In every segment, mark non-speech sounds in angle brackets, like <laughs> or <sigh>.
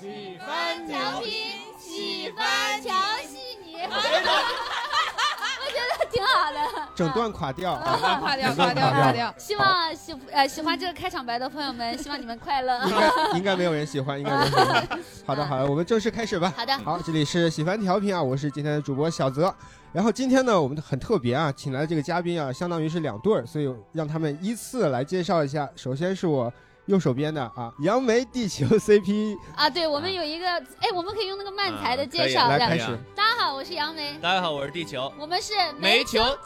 喜欢调皮，喜欢调戏你。我觉得挺好的，整段垮掉嗯啊，垮掉，整垮段掉，垮掉。希望喜呃喜欢这个开场白的朋友们，希望你们快乐。应该应该没有人喜欢，应该没有人喜欢。好的，好的，我们正式开始吧。嗯好的，好，这里是喜欢调频啊，我是今天的主播小泽。然后今天呢，我们很特别啊，请来的这个嘉宾啊，相当于是两对儿，所以让他们依次来介绍一下。首先是我右手边的啊，杨梅地球 <laughs> CP， <laughs> 啊，对，我们有一个，哎，我们可以用那个漫嗯才的啊介可以绍好来的。开可以始啊。大家好，我是杨梅，大家好，我是地球。我们是煤球球救命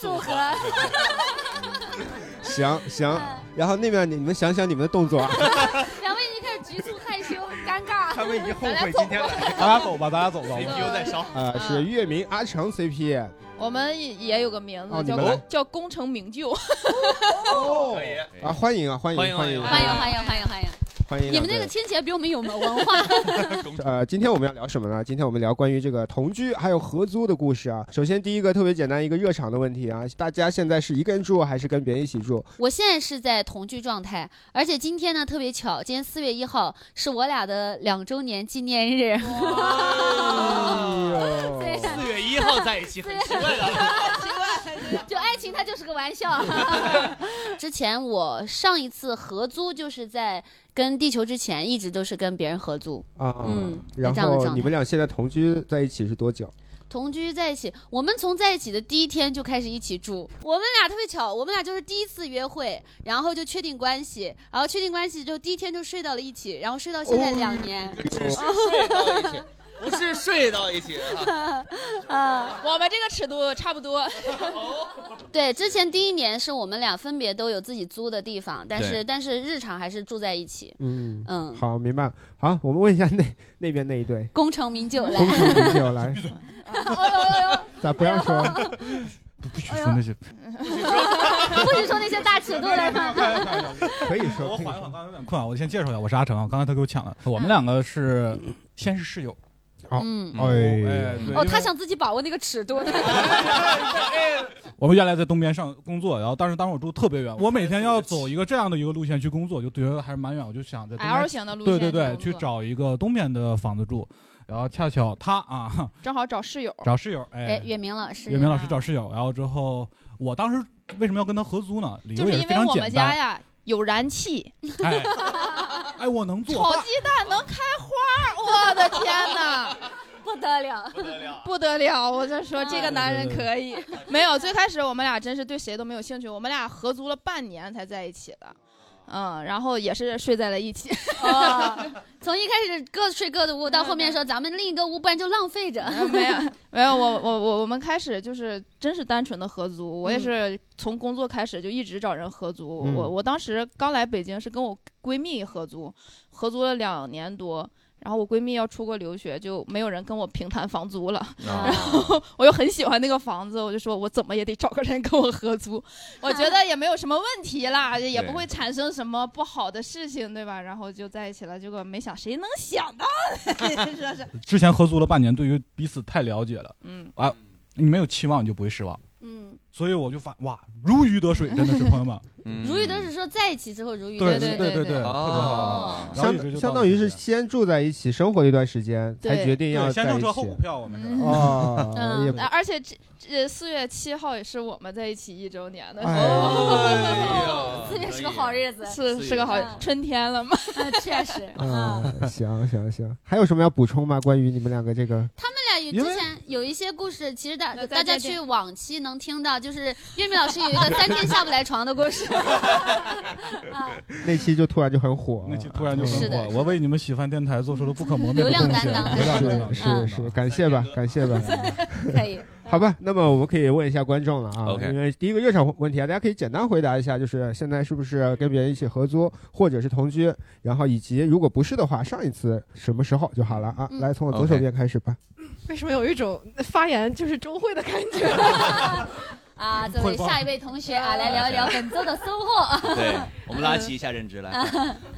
组合。行行嗯，然后那边你你们想想你们的动 <laughs> 作啊， <laughs> 两位已经开始局促、害羞、尴尬。他们已经后悔今天来。 <laughs> 大家走吧，大家走吧。 CPU 在烧，呃，是月明阿成 CP，我们也有个名字哦你叫们来叫工程名就，哦可 <laughs> 以啊，欢迎啊，欢欢迎迎迎欢欢嗯迎欢迎欢迎欢迎！欢啊迎啊你们两那个位听起来比我们有文化。呃，今天我们要聊什么呢？今天我们聊关于这个同居还有合租的故事啊。首先，第一个特别简单一个热场的问题啊，大家现在是一个人住还是跟别人一起住？我现在是在同居状态，而且今天呢特别巧，今天四月一号是我俩的两周年纪念日。 <laughs> 哎对四月一号在一起，很奇怪的。 <laughs> 就爱情它就是个玩笑。之前我上一次合租就是在跟地球之前，一直都是跟别人合租，啊，嗯然这样的后状你们俩现在同居在一起是多久？同居在一起。我们从在一起的第一天就开始一起住，我们俩特别巧，我们俩就是第一次约会，然后就确定关系，然后确定关系之后第一天就睡到了一起，然后睡到现在两年。只是睡到一起，不是睡到一起的哈。 <laughs> 我们这个尺度差不多。啊对，之前第一年是我们俩分别都有自己租的地方，但是对但是日常还是住在一起。嗯，嗯，好，明白了。好，我们问一下那那边那一对，功成名就来同。居很 <laughs> 久来， <laughs> 咋不让 <laughs> 说？不许哎说那些，不许说那些大尺度的 <laughs> 话。可以说，我可以缓一缓，说。刚才有点困啊，我先介绍一下，我是阿成啊。刚才他给我抢了，我嗯们两个是先是室友，好嗯。哎，对哦，因为他想自己把握那个尺度。 <laughs> 我们原来在东边上工作，然后当时当时我住特别远，我每天要走一个这样的一个路线去工作，就觉得还是蛮远，我就想在东 L 边，型的路对线，对对，工去作找一个东边的房子住，然后恰巧他啊正好找室友。找室友，哎哎，，远明老师，袁明老师找室友，然后之后我当时为什么要跟他合租呢？理就由是也因非为常我们简家单，呀有燃气，哎，哎，我能做炒饭，鸡蛋能开花儿，我的天 <laughs> 哪，不得了，不得了，啊不得了！我就说这个男人对对可以。没有，最开始我们俩真是对谁都没有兴趣，我们俩合租了半年才在一起的，嗯，然后也是睡在了一起。 <laughs> 从一开始各睡各的屋，到后面说咱们另一个屋，不然就浪费着。嗯没有没有，我我我我们开始就是真是单纯的合租，我也是从工作开始就一直找人合租。嗯我我当时刚来北京是跟我闺蜜合租，合租了两年多。然后我闺蜜要出国留学，就没有人跟我平摊房租了。 <laughs> 啊我又很喜欢那个房子，我就说我怎么也得找个人跟我合租。我觉得也没有什么问题啦，也不对会产生什么不好的事情，对吧？然后就在一起了。结果没想，谁能想到， <laughs> 说是之前合租了半年，对于彼此太了解了。嗯，啊你没有期望，你就不会失望。 <laughs> 嗯，所以我就发哇，如鱼得 <laughs> 水，真的是朋友们。如鱼得水说在一起之后如鱼嗯对得对水。对对对，对特别好。哦，然后一直相就相到当于现是在先住在一起，生活一段时间，才对决定要对先在一上车后起股。票，我们是。嗯哦，嗯也呃而且这这四月七号也是我们在一起一周年的时候，哦 <laughs> <laughs> 哎呀四月是个好日子，是四是个好月份春天了嘛？啊确实。啊啊，，行行行，还有什么要补充吗？关于你们两个这个，他们俩因有之为前有一些故事，其实大那再大家再见去往期能听 <laughs> 到，就是月明老师有一个三天下不来床的故事。那期就突然就很火，那期突然就是很的火，我为你们喜欢电台做出了不可磨灭的流量贡献。担当流量担当，嗯是是是，感谢吧，感谢吧。可以，好吧，那么我们可以问一下观众了啊 OK 因为第一个热场问题啊，大家可以简单回答一下，就是现在是不是跟别人一起合租，或者是同居，然后以及如果不是的话，上一次什么时候就好了啊。嗯来，从我左手 OK 边开始吧。 <laughs> 为什么有一种发言就是周慧的感 <laughs> 觉？啊，作为汇报下一位同学啊，来聊一聊本周的收获。对，我们拉齐一下认知来。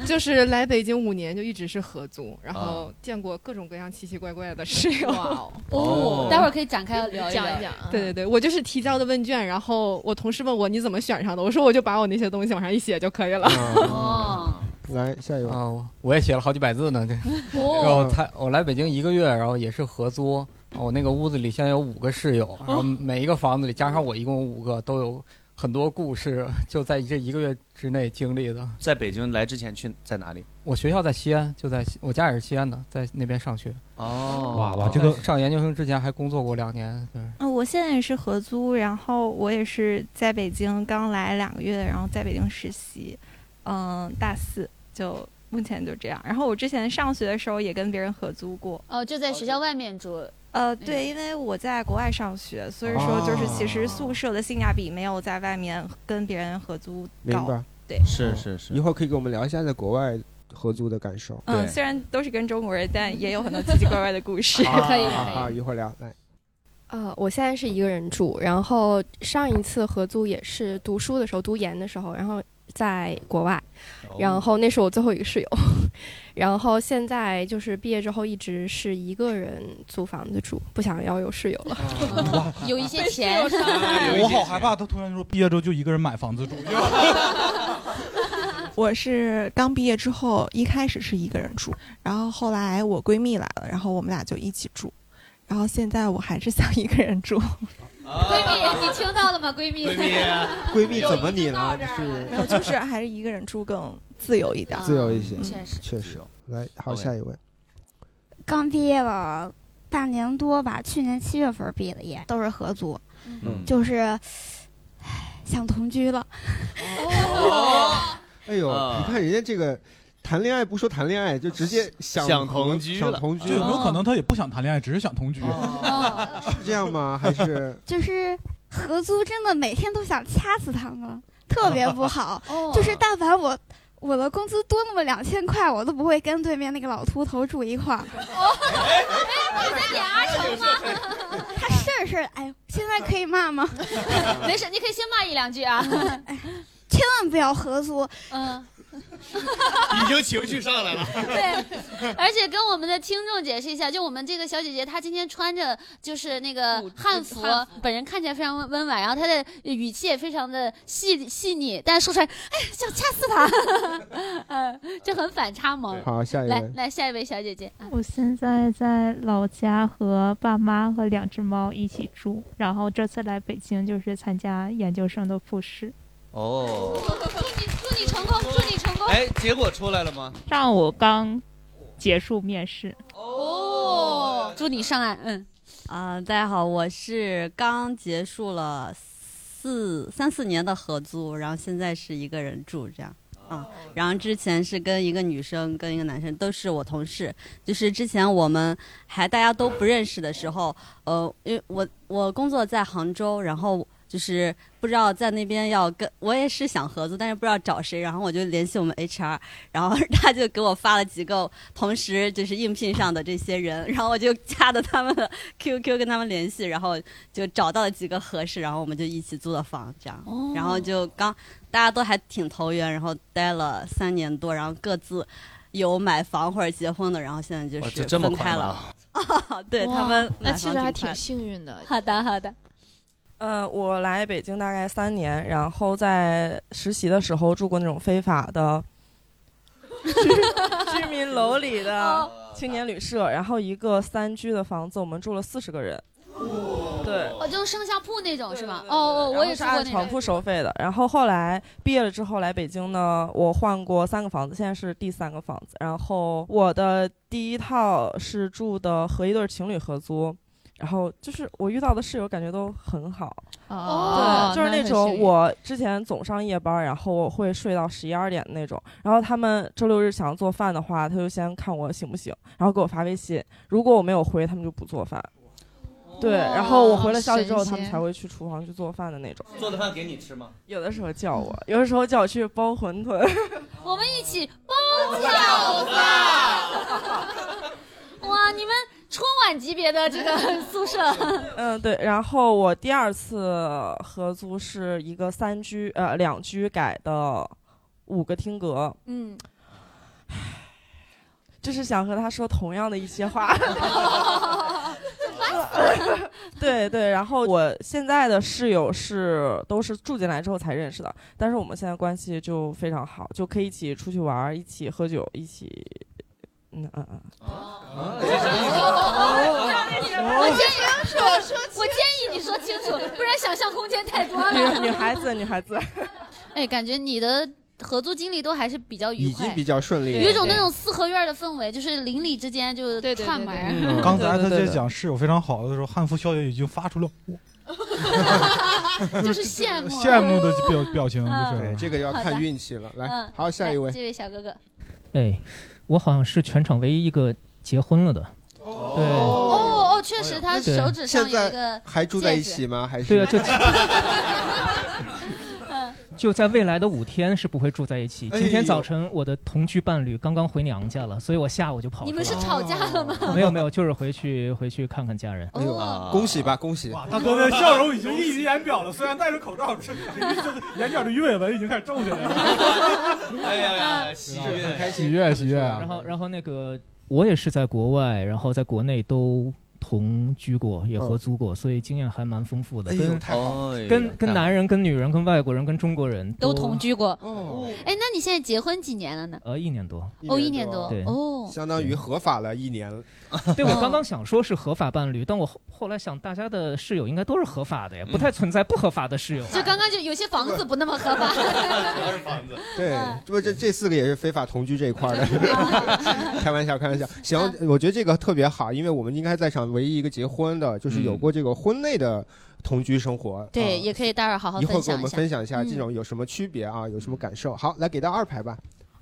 就是来北京五年就一直是合租，啊然后见过各种各样奇奇怪怪的室友。 <laughs> 哦，哦待会儿可以展开聊讲一一聊。讲啊，对对对，我就是提交的问卷，然嗯 <laughs> 后我同事问我你怎么选上的，我说我就把我那些东西往上一写就可以了。啊哦，来下一位，啊，我也写了好几百字呢。这，然哦，后他我来北京一个月，然后也是合租。我那个屋子里现在有五个室友，然后每一个房子里加上我一共有五个，都有很多故事，就在这一个月之内经历的。在北京来之前去在哪里？我学校在西安，就在西我家也是西安的，在那边上学。哦，哇哇，这个上研究生之前还工作过两年，对，嗯，我现在也是合租，然后我也是在北京刚来两个月，然后在北京实习，嗯，大四就目前就这样。然后我之前上学的时候也跟别人合租过，哦，就在学校外面住，哦呃，对，因为我在国外上学，所以说就是其实哦宿舍的性价比没有在外面跟别人合租明高。白。是是以是，后可以给我们聊一下在国外合租的感受。嗯，对虽然都是跟中国人，但也有很多奇奇怪怪的故事。 <laughs> 可以啊可啊，以。一会儿聊。来，呃，我现在是一个人住，然后上一次合租也是读书的时候，读研的时候，然后在国外，哦然后那是我最后一个室友， <laughs> 然后现在就是毕业之后一直是一个人租房子住，不想要有室友了。哦 <laughs> 有一些钱，我好害怕，他突然说毕业之后就一个人买房子住，我是刚毕业之后，一开始是一个人住，然后后来我闺蜜来了，然后我们俩就一起住，然后现在我还是想一个人住，闺蜜，你听到了吗？闺蜜，闺蜜，啊闺蜜怎么你了？没是有，就是还是一个人住更自由一点嗯啊。自由一些，确实，确实。来，好， OK 下一位。 <laughs> 刚毕业了半年多吧，去年七月份毕业的业，都是合租，嗯，就是唉想同居了。哦哎呦，啊你看人家这个谈恋爱不说谈恋爱，就直接想呃想同居想了同居就有没有可能他也不想谈恋爱，只是想同居？哦，。是这样吗？还是 <laughs> 就是合租真的每天都想掐死他们，特别不好 <laughs> 哦就是但凡我我的工资多那么两千块，我都不会跟对面那个老秃头住一块 <laughs> 儿。哦哎在点阿成吗？他事儿事儿，哎呦，现在可以骂吗？ <laughs> 哎没事，你可以先骂一两句 <laughs> 啊。千万不要合租，嗯，已经情绪上来了。对，而且跟我们的听众解释一下，就我们这个小姐姐，她今天穿着就是那个古汉服汉，本人看起来非常温温婉，然后她的语气也非常的细细腻，但说出来，哎，想掐死她，呃， <laughs> 就很反差萌。好？下一来位，来，下一位小姐姐，啊我现在在老家和爸妈和两只猫一起住，然后这次来北京就是参加研究生的复试。哦，祝你祝你成功，祝你成功。哎，结果出来了吗？上午刚结束面试，哦，祝你上岸，嗯，啊、大家好，我是刚结束了四三四年的合租，然后现在是一个人住这样哦啊。然后之前是跟一个女生跟一个男生，都是我同事。就是之前我们还大家都不认识的时候，呃，因为我我工作在杭州，然后就是不知道在那边要跟我也是想合租，但是不知道找谁，然后我就联系我们 HR，然后 <laughs> 他就给我发了几个同时就是应聘上的这些人，然后我就加的他们的 <laughs> QQ 跟他们联系，然后就找到了几个合适，然后我们就一起租的房，这样，哦然后就刚大家都还挺投缘，然后待了三年多，然后各自有买房或者结婚的，然后现在就哇是这么分快开吗了，啊， <laughs> 对哇他们那买其房实还快挺幸运的。好的好的，呃，我来北京大概三年，然后在实习的时候住过那种非法的居居 <laughs> 民楼里的青年旅社，然后一个三居的房子，我们住了四十个人。对，哦，就是上下铺那种是吗？哦哦，我也是住过按那床种。铺收费的。然后后来毕业了之后来北京呢，我换过三个房子，现在是第三个房子。然后我的第一套是住的和一对情侣合租，然后就是我遇到的室友感觉都很好，哦对，就是那那种我之前总上夜班，然后我会睡到十一二点那种。然后他们周六日想做饭的话，他就先看我醒不醒，然后给我发微信。如果我没有回，他们就不做饭。对，然后我回了消息之后，神他仙们才会去厨房去做饭的那种。做的饭给你吃吗？有的时候叫我，有的时候叫我去包馄 <laughs> 饨。 <laughs> 我们一起包饺子。 <laughs> 哇，你们春晚级别的这个宿舍，嗯，对。然后我第二次合租是一个三居呃两居改的五个厅格，嗯，就是想和他说同样的一些话。 <laughs> 对对，然后我现在的室友是都是住进来之后才认识的，但是我们现在关系就非常好，就可以一起出去玩儿，一起喝酒，一起，嗯嗯嗯。我哦建议说，我建议你说清楚，不然想象空间太多了。女女孩子，女孩子，哎，感觉你的合租经历都还是比较愉已快，经比较顺利了。有一种那种四合院的氛围，就是邻里之间就串门儿。刚才他在讲室友非常好的时候，汉服校友已经发出了 <laughs> 就是羡 <laughs> 慕羡慕的表表情，就对是这个要好的看运气了。来嗯，，好，下一来位。这位小哥哥，哎，我好像是全场唯一一个结婚了的。哦哦哦，确实他对手指上有现一个在还住在一戒指起吗？还是对 <laughs> 啊，就就在未来的五天是不会住在一起。今哎呦天早晨我的同居伴侣刚刚回娘家了，所以我下午就跑出你来们了。是 <laughs> 吵架了吗？ <laughs> 没有没有，就是回去回去看看家人。哎呦恭喜吧，恭喜！大哥的笑容已经溢于言表了，虽然戴着口罩，这眼角的鱼尾纹已经开始皱起来了。哎呀啊呀，喜是悦，喜悦喜悦啊然后然后那个我也是在国外，然后在国内都同居过，也合租过，所以经验还蛮丰富的。哦哎呦跟太好了哎呦跟太好跟男人、跟女人、跟外国人、跟中国人哦都同居过。哎，那你现在结婚几年了呢？呃一年多。哦，一年多对哦。相当于合法了一年了。嗯对，我刚刚想说是合法伴侣，但我后后来想，大家的室友应该都是合法的呀，嗯不太存在不合法的室友。啊就刚刚就有些房子不那么合 <laughs> 法。对，嗯这不这这四个也是非法同居这一块 <laughs> 儿的，开玩笑，开玩笑。行，嗯我觉得这个特别好，因为我们应该在场唯一一个结婚的，就是嗯有过这个婚内的同居生活。啊对，也可以待会儿好好一会儿分给我享一们下。分享一下这嗯种有什么区别啊，有什么感受？好，来给到二排吧。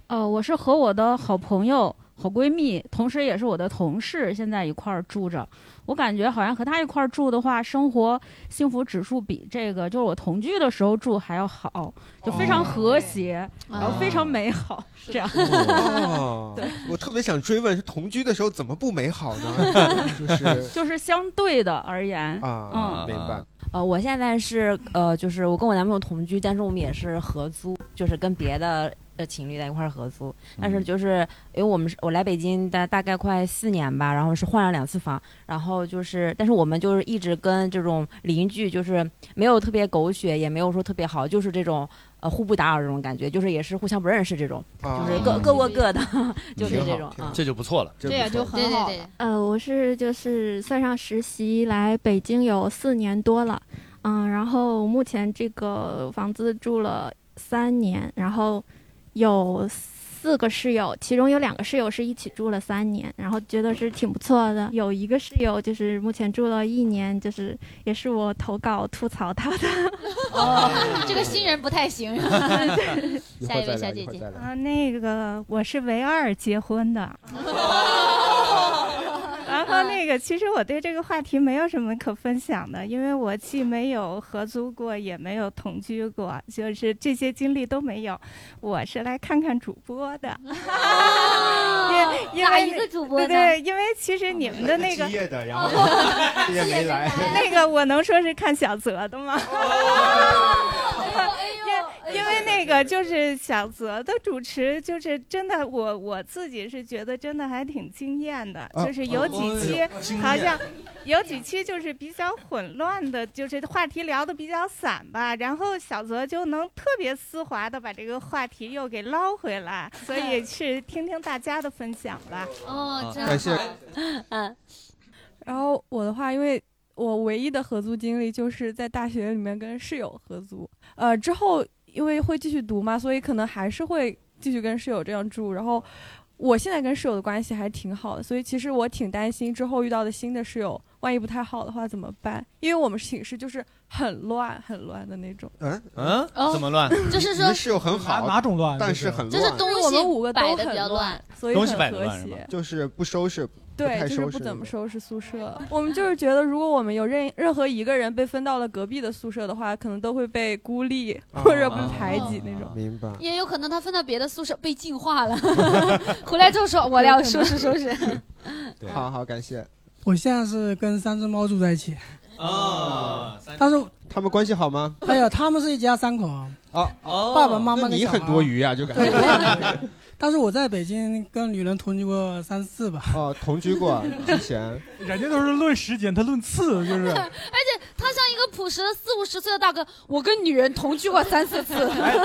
呃，我是和我的好朋友、好闺蜜，同时也是我的同事，现在一块儿住着。我感觉好像和她一块儿住的话，生活幸福指数比这个就是我同居的时候住还要好，就非哦常和谐，然后非常美好。这样，哦，我特别想追问，是同居的时候怎么不美好 <laughs> 呢？就是 <laughs> 就是相对的而言，啊，嗯明白。呃，我现在是呃，就是我跟我男朋友同居，但是我们也是合租，就是跟别的呃情侣在一块儿合租。但嗯是就是因为我们是我来北京大大概快四年吧，然后是换了两次房，然后就是但是我们就是一直跟这种邻居就是没有特别狗血，也没有说特别好，就是这种呃互不打扰这种感觉，就是也是互相不认识这种，啊就是各各过各的，嗯 <laughs> 嗯就是这种啊。这就不错了，这样就很对好对对。呃，我是就是算上实习来北京有四年多了，嗯，然后目前这个房子住了三年，然后有四个室友，其中有两个室友是一起住了三年，然后觉得是挺不错的。有一个室友就是目前住了一年，就是也是我投稿吐槽他的。哦， <laughs> 这个新人不 <laughs> 太行。一会下儿一位再小聊姐一会儿姐再聊啊，那个我是唯二结婚的。 <laughs> 然后那个，其实我对这个话题没有什么可分享的，因为我既没有合租过，也没有同居过，就是这些经历都没有。我是来看看主播的，因因哪为一那个主播呢对对，因为其实你们的那个毕业的，然后毕业 <laughs> 没来。 <laughs> 那个我能说是看小泽的吗？哦 <laughs> 哎因因为那个就是小泽的主持，就是真的我，我自己是觉得真的还挺惊艳的，啊就是有几期哦哎呦惊艳好像有几期就是比较混乱的，就是话题聊的比较散吧，然后小泽就能特别丝滑的把这个话题又给捞回来，所以是听听大家的分享吧。啊哦，真感谢好 <laughs> 嗯，然后我的话，因为我唯一的合租经历就是在大学里面跟室友合租，呃，之后因为会继续读嘛，所以可能还是会继续跟室友这样住。然后我现在跟室友的关系还挺好的，所以其实我挺担心之后遇到的新的室友，万一不太好的话怎么办？因为我们寝室就是很乱很乱的那种。嗯嗯，怎么乱？ <laughs> 就是你们室友很好，哪哪种乱但就是是很就是乱，东因为西我们五个都摆的很比较乱所以东很西和摆谐。得乱是吧就是不收拾，对，就太收拾是不怎么收拾宿舍。我们就是觉得，如果我们有任任何一个人被分到了隔壁的宿舍的话，可能都会被孤立啊或者被排挤那种。明白。也有可能他分到别的宿舍被净化了， <laughs> 回来之后说我要收拾收拾。 <laughs> <laughs> 好好感谢。我现在是跟三只猫住在一 <laughs> 起。啊，三但是，他们关系好吗？哎呀，他们是一家三口啊，哦爸爸妈妈那跟你小孩很多余啊，就感对觉。但是我在北京跟女人同居过三次 <laughs> 吧。哦，同居过之前，人家都是论时间，他论次，就是啊而且他像一个朴实的四五十岁的大哥，我跟女人同居过三四次。哎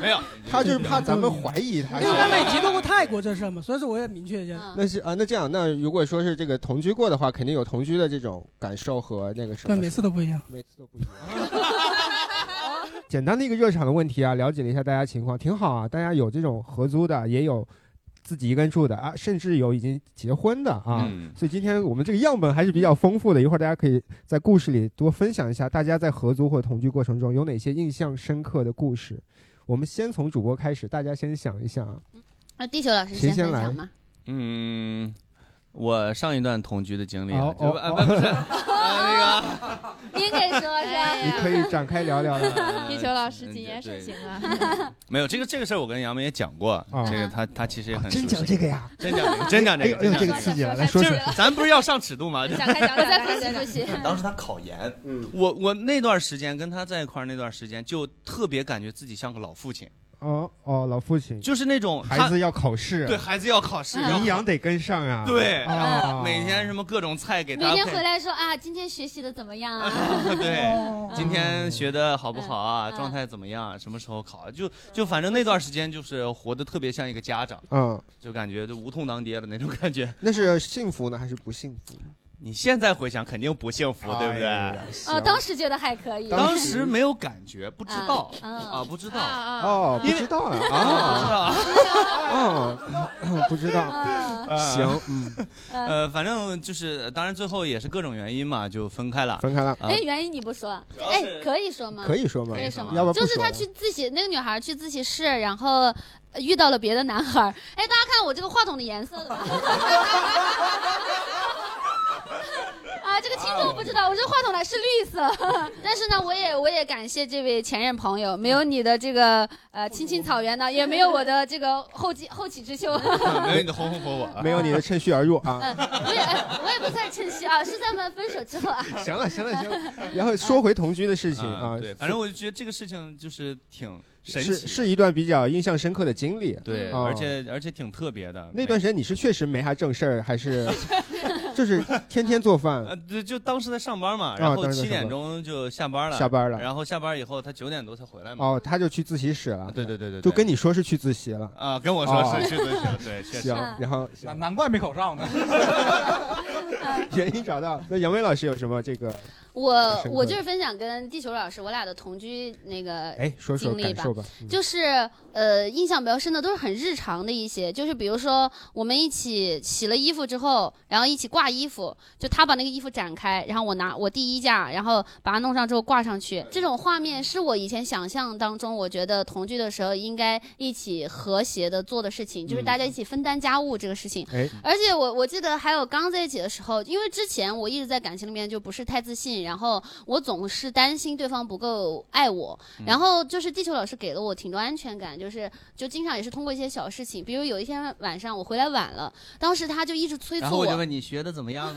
没有，他就是怕咱们怀疑他因为刚才也提到过泰国这事儿嘛，所以说我也明确一下。那是啊，那这样，那如果说是这个同居过的话，肯定有同居的这种感受和那个什么。对每次都不一样每次都 <laughs> 不一样。简单的一个热场的问题啊，了解了一下大家情况，挺好啊。大家有这种合租的，也有自己一个人住的啊，甚至有已经结婚的啊。嗯所以今天我们这个样本还是比较丰富的，一会儿大家可以在故事里多分享一下，大家在合租或同居过程中有哪些印象深刻的故事。我们先从主播开始，大家先想一想啊。 <laughs> 那地球老师谁先分来享吗？嗯，我上一段同居的经历了，哦就哦啊 <laughs> 不不是， <laughs> 您给说说，哎你可 <laughs> 以展开聊聊了。哎地球老师谨言嗯慎行啊。没有这个这个事儿，我跟杨梅也讲过，这个他他其实也很啊真熟悉讲这个呀真讲这个真讲这个，哎呦哎呦真讲这个刺激了来说说就是咱不是要上尺 <laughs> 度吗？ <laughs> 我再复习复习。 <laughs> 当时他考研，嗯我我那段时间跟他在一块儿那段时间，就特别感觉自己像个老父亲，哦哦，老父亲就是那种他孩子要啊考试，对孩子要考嗯试，然营后养得跟上啊。对啊，，每天什么各种菜给每他天配回来说啊，今天学习的怎么样 <laughs> 啊？对，今天学的好不好啊？嗯状态怎么样啊？什么时候考啊？就就反正那段时间就是活得特别像一个家长，嗯，就感觉就无痛当爹的那种感觉。 <laughs> 那是幸福呢还是不幸福？你现在回想肯定不幸福，对不对？哎哦，当时觉得还可以，当时没有感觉，不知道啊啊，不知道哦，不知道 <laughs> 啊啊，哦，不知道， <laughs> 行，嗯，呃，反正就是，当然最后也是各种原因嘛，就分开了，呃分开了。哎，原因你不说，哎，可以说吗？可以说吗可以说吗？要不然不就是说他了去自习，那个女孩去自习室，然后呃遇到了别的男孩儿。哎，大家看我这个话筒的颜色了吧？啊，这个听众不知道，我这话筒呢是绿色， <laughs> 但是呢，我也我也感谢这位前任朋友，没有你的这个呃青青草原呢，也没有我的这个后继后起之秀。 <laughs> 没有你的红红火啊火，没有你的趁虚而入啊。嗯，我也哎我也不算趁虚啊，是在我们分手之后啊。行了行了行了，然后说回同居的事情啊，嗯对，反正我就觉得这个事情就是挺神是奇，啊是一段比较印象深刻的经历。对，啊而且而且挺特别的。那段时间你是确实没啥正事儿，<laughs> 还是就是天天做饭呃，对，就当时在上班嘛，啊然当后时在七上点班钟就下班了，下班了然后下班以后他九点多才回来嘛。哦，他就去自习室了。对对对对对就跟你说是去自习了啊跟我说哦是去自习了对确实行，然后难难怪没考上呢。 <laughs> 原因找到。那杨威老师有什么这个？我深刻我就是分享跟地球老师我俩的同居那个哎说说经历感受吧嗯就是呃印象比较深的都是很日常的一些，就是比如说我们一起洗了衣服之后，然后一起挂衣服，就他把那个衣服展开，然后我拿我第一架，然后把它弄上之后挂上去，这种画面是我以前想象当中，我觉得同居的时候应该一起和谐的做的事情，就是嗯大家一起分担家务这个事嗯情。哎嗯而且我我记得还有刚在一起的时候，因为之前我一直在感情里面就不是太自信，然后我总是担心对方不够爱我，嗯然后就是地球老师给了我挺多安全感，就是就经常也是通过一些小事情，比如有一天晚上我回来晚了，当时他就一直催然促后我我就，问你学的怎么样啊？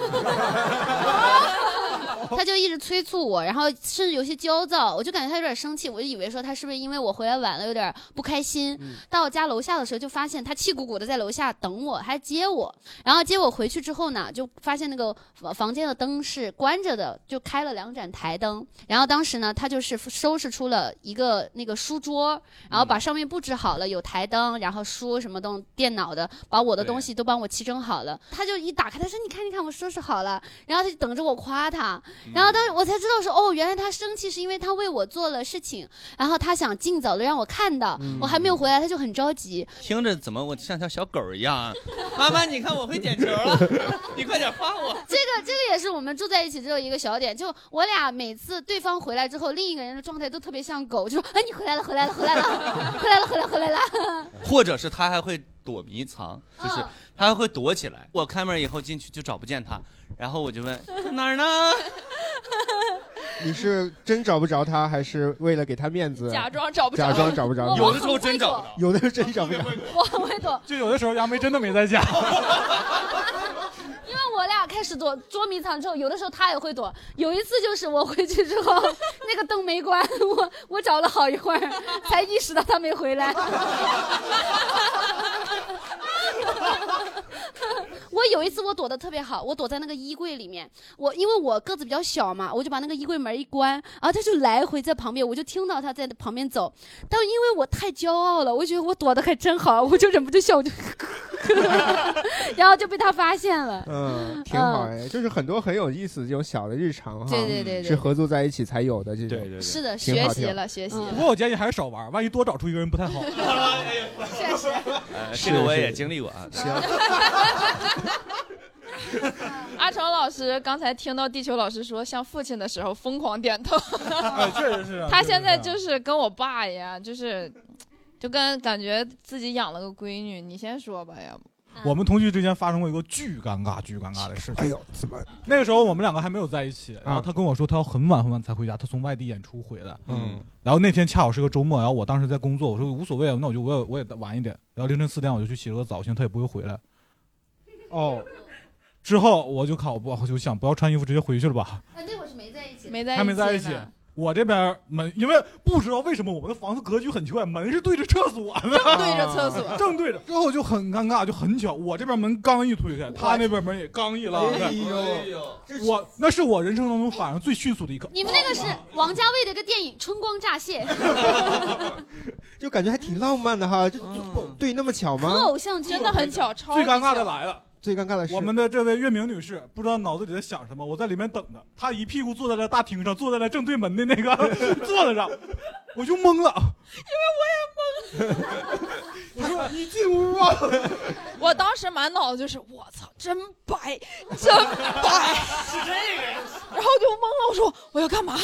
他就一直催促我，然后甚至有些焦躁，我就感觉他有点生气，我就以为说他是不是因为我回来晚了有点不开心。到我家楼下的时候，就发现他气鼓鼓的在楼下等我，还接我。然后接我回去之后呢，就发现那个房房间的灯是关着的，就开了两盏台灯。然后当时呢，他就是收拾出了一个那个书桌，然后把上面布置好了，有台灯，然后书什么东电脑的，把我的对东西都帮我齐整好了。他就一打开，他说：“你看，你看，我收拾好了。”然后他就等着我夸他。然后当时我才知道说，哦，原来他生气是因为他为我做了事情，然后他想尽早的让我看到，嗯我还没有回来，他就很着急。听着怎么我像条小狗一样 <laughs> 啊？妈妈，你看我会捡球了， <laughs> 你快点放我。这个这个也是我们住在一起只有一个小点，就我俩每次对方回来之后，另一个人的状态都特别像狗，就说：“哎，你回来了，回来了，回来了，回来了，回来了，回来了。或者是他还会躲迷藏，就是他还会躲起来。我开门以后进去就找不见他，然后我就问哎哪儿呢？你是真找不着他，还是为了给他面子假装找不着假装找不着你？有的时候 <laughs> 真找不着，有的时候真找不着。 <laughs> 我很会躲，就有的时候杨梅真的没在家，因为我俩开始躲捉迷藏之后，有的时候他也会躲。有一次就是我回去之后，那个灯没关，我我找了好一会儿才意识到他没回来。我有一次我躲得特别好，我躲在那个衣柜里面，我因为我个子比较小嘛，我就把那个衣柜门一关，然后他就来回在旁边，我就听到他在旁边走，但因为我太骄傲了，我觉得我躲得还真好，我就忍不住笑，我就，然后就被他发现了。嗯，挺好哎，就是很多很有意思的这种小的日常哈，对对对对是合作在一起才有的这种，对对是的，挺学好习挺好了，学习不 <laughs> 过我建议还是少玩，万一多找出一个人不太好。确实。 <laughs> 呃是这个我是也经历过啊。行，阿成老师刚才听到地球老师说像父亲的时候疯狂点头，确 <laughs> 实是啊 <laughs> 他现在确就实是跟我爸一样，就是就跟感觉自己养了个闺女。你先说吧，要不我们同居之间发生过一个巨尴尬、巨尴尬的事情。哎呦，怎么？啊那个时候我们两个还没有在一起，然后他跟我说他要很晚很晚才回家，他从外地演出回来。嗯，然后那天恰好是个周末，然后我当时在工作，我说无所谓，那我就我也我也晚一点。然后凌晨四点我就去洗了个澡，寻思他也不会回来。哦，之后我就考不，我就想不要穿衣服直接回去了吧。啊，那会儿是没在一起，没还没在一起。啊我这边门，因为不知道为什么我们的房子格局很奇怪，门是对着厕所的，正对着厕所正对着。之后就很尴尬，就很巧，我这边门刚一推开，他那边门也刚一拉开。哎呦哎呦我那是我人生当中反应最迅速的一刻。你们那个是王家卫的一个电影《春光乍 <laughs> 泄》，就感觉还挺浪漫的哈，就就对那么巧吗？很偶像剧，真的很巧，超最级尴尬的巧来了，最尴尬的是我们的这位月明女士不知道脑子里在想什么，我在里面等她，她一屁股坐在了大厅上，坐在了正对门的那个座子上，我就懵了。我说你进屋啊！我当时满脑子就是我操，真 <laughs> 白，真白，是这个。 <laughs> 然后就懵了，我说我要干嘛？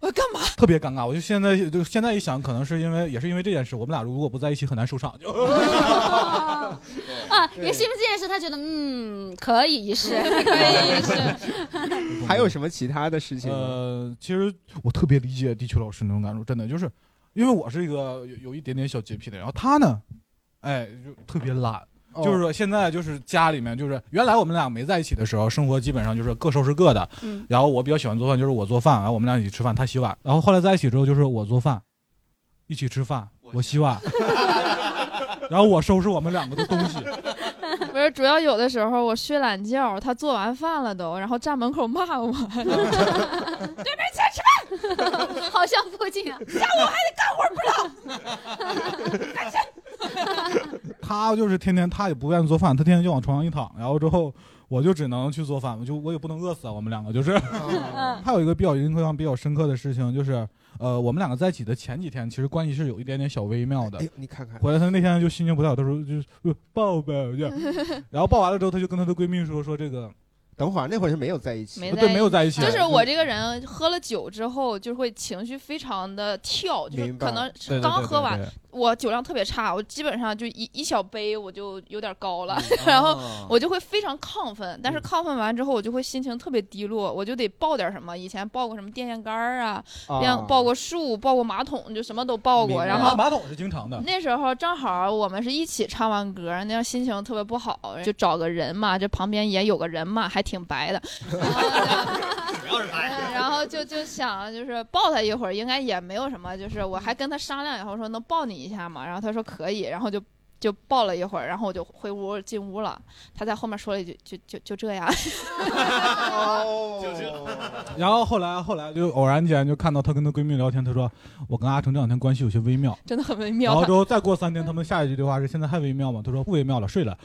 我要干嘛？特别尴尬，我就现在就现在一想，可能是因为也是因为这件事，我们俩如果不在一起很难收场。就啊，也是因为这件事，他觉得嗯可以一试， <laughs> 可以一试。 <laughs> 还有什么其他的事情？呃，其实我特别理解地球老师那种感受，真的就是因为我是一个有有一点点小洁癖的人，然后他呢，哎，就特别懒。哦就是说，现在就是家里面，就是原来我们俩没在一起的时候，生活基本上就是各收拾各的。嗯然后我比较喜欢做饭，就是我做饭，然后我们俩一起吃饭，他洗碗。然后后来在一起之后，就是我做饭，一起吃饭，我洗碗， <laughs> 然后我收拾我们两个的东西。不是，主要有的时候我睡懒觉，他做完饭了都，然后站门口骂我， <laughs> 对面起来吃饭， <laughs> 好像附近啊，下午还得干活不知道。他就是天天他也不愿意做饭，他天天就往床上一躺，然后之后我就只能去做饭，我就我也不能饿死啊，我们两个就是。还有一个比较印象比较深刻的事情就是，呃，我们两个在一起的前几天，其实关系是有一点点小微妙的。哎你看看，回来他那天就心情不太好，他说就是呃抱呗，就 <laughs> 然后抱完了之后，他就跟他的闺蜜说说这个，哦等会儿那会儿是没有在一起没对，没有在一起，啊嗯就是我这个人喝了酒之后就会情绪非常的跳，就是明白可能对对刚对喝对完对，我酒量特别差，我基本上就一一小杯我就有点高了，嗯 <laughs> 然后哦我就会非常亢奋，但是亢奋完之后我就会心情特别低落，我就得抱点什么，以前抱过什么电线杆儿啊，电啊抱过树，抱过马桶，就什么都抱过，然后马桶是经常的，那时候正好我们是一起唱完歌，那样心情特别不好，就找个人嘛，这旁边也有个人嘛，还挺白的， <laughs> 然后就就想就是抱他一会儿，应该也没有什么，就是我还跟他商量以后说能抱你一下嘛，然后他说可以，然后就。就抱了一会儿，然后我就回屋进屋了。他在后面说了一句：“就就就这样。 <laughs> 然后后来后来就偶然间就看到她跟她闺蜜聊天，她说我跟阿成这两天关系有些微妙，真的很微然妙。后他之后再过三天，他们下一句对话是现在还微妙吗？她说不微妙 <laughs> 了，睡了。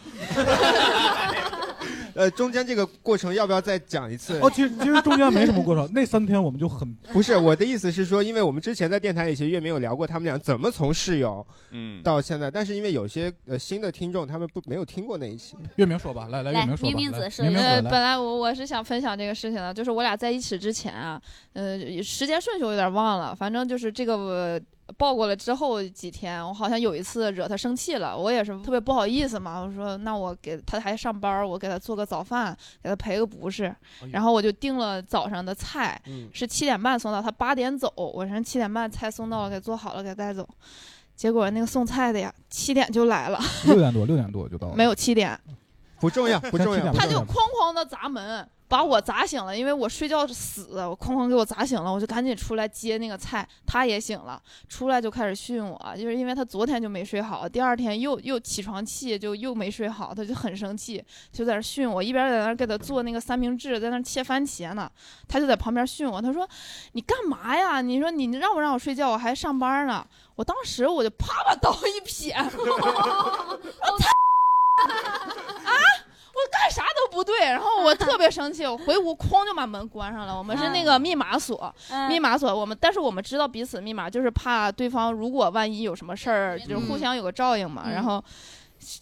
呃，中间这个过程要不要再讲一次？哦，其实其实中间没什么过程，那三天我们就很 <laughs> 不是我的意思是说，因为我们之前在电台里其实月没有聊过他们俩怎么从室友嗯到现在，但是因为有些呃新的听众他们不没有听过那一期，月明说吧，来来来月明说明吧，明子来说明明呃，说本来来我我是想分享这个事情的，就是我俩在一起之前啊，呃，时间顺序我有点忘了，反正就是这个我报过了之后几天，我好像有一次惹他生气了，我也是特别不好意思嘛，我说那我给他还上班，我给他做个早饭，给他赔个不哎是，然后我就订了早上的菜，嗯是七点半送到，他八点走，晚上七点半菜送到了，给做好了给带走，结果那个送菜的呀七点就来了， <laughs> 六点多六点多就到了，没有七点。不重要不重要，他就哐哐的砸门，把我砸醒了，因为我睡觉死，我哐哐给我砸醒了，我就赶紧出来接那个菜，他也醒了，出来就开始训我，就是因为他昨天就没睡好，第二天又又起床气，就又没睡好，他就很生气，就在那儿训我，一边在那儿给他做那个三明治，在那儿切番茄呢，他就在旁边训我，他说你干嘛呀？你说你让不让我睡觉？我还上班呢。我当时我就啪把刀一撇， <laughs> 我操！ <laughs> 啊我干啥都不对，然后我特别生气，我回屋哐就把门关上了。我们是那个密码锁，嗯密码锁，我们但是我们知道彼此密码，就是怕对方如果万一有什么事儿，就是互相有个照应嘛。嗯然后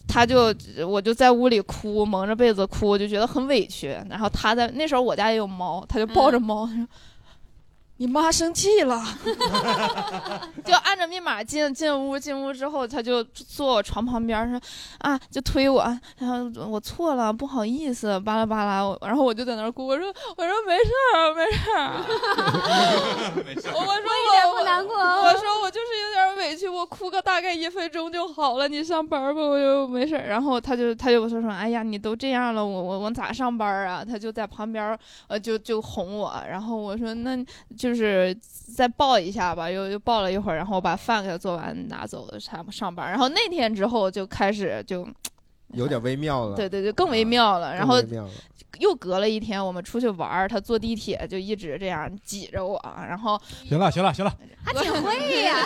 他就我就在屋里哭，蒙着被子哭，我就觉得很委屈。然后他在那时候我家也有猫，他就抱嗯着猫，他说你妈生气了， <laughs> 就按着密码进进屋，进屋之后他就坐我床旁边儿说啊，就推我，然后我错了，不好意思，巴拉巴拉，我然后我就在那儿哭，我说我说没事儿，没事嗯 <laughs> 儿，没事我说我一点我不难过啊我说我就是有点委屈，我哭个大概一分钟就好了，你上班儿吧，我就没事儿。然后他就他就说说，哎呀，你都这样了，我我我咋上班儿啊？他就在旁边儿呃就就哄我，然后我说那就是再抱一下吧，又又抱了一会儿，然后我把饭给他做完拿走了上上班儿。然后那天之后就开始就。有点微妙了。啊对对对，更微妙了。然后更微妙了又隔了一天，我们出去玩儿，他坐地铁就一直这样挤着我，啊然后行了，行了，行了，他挺会呀，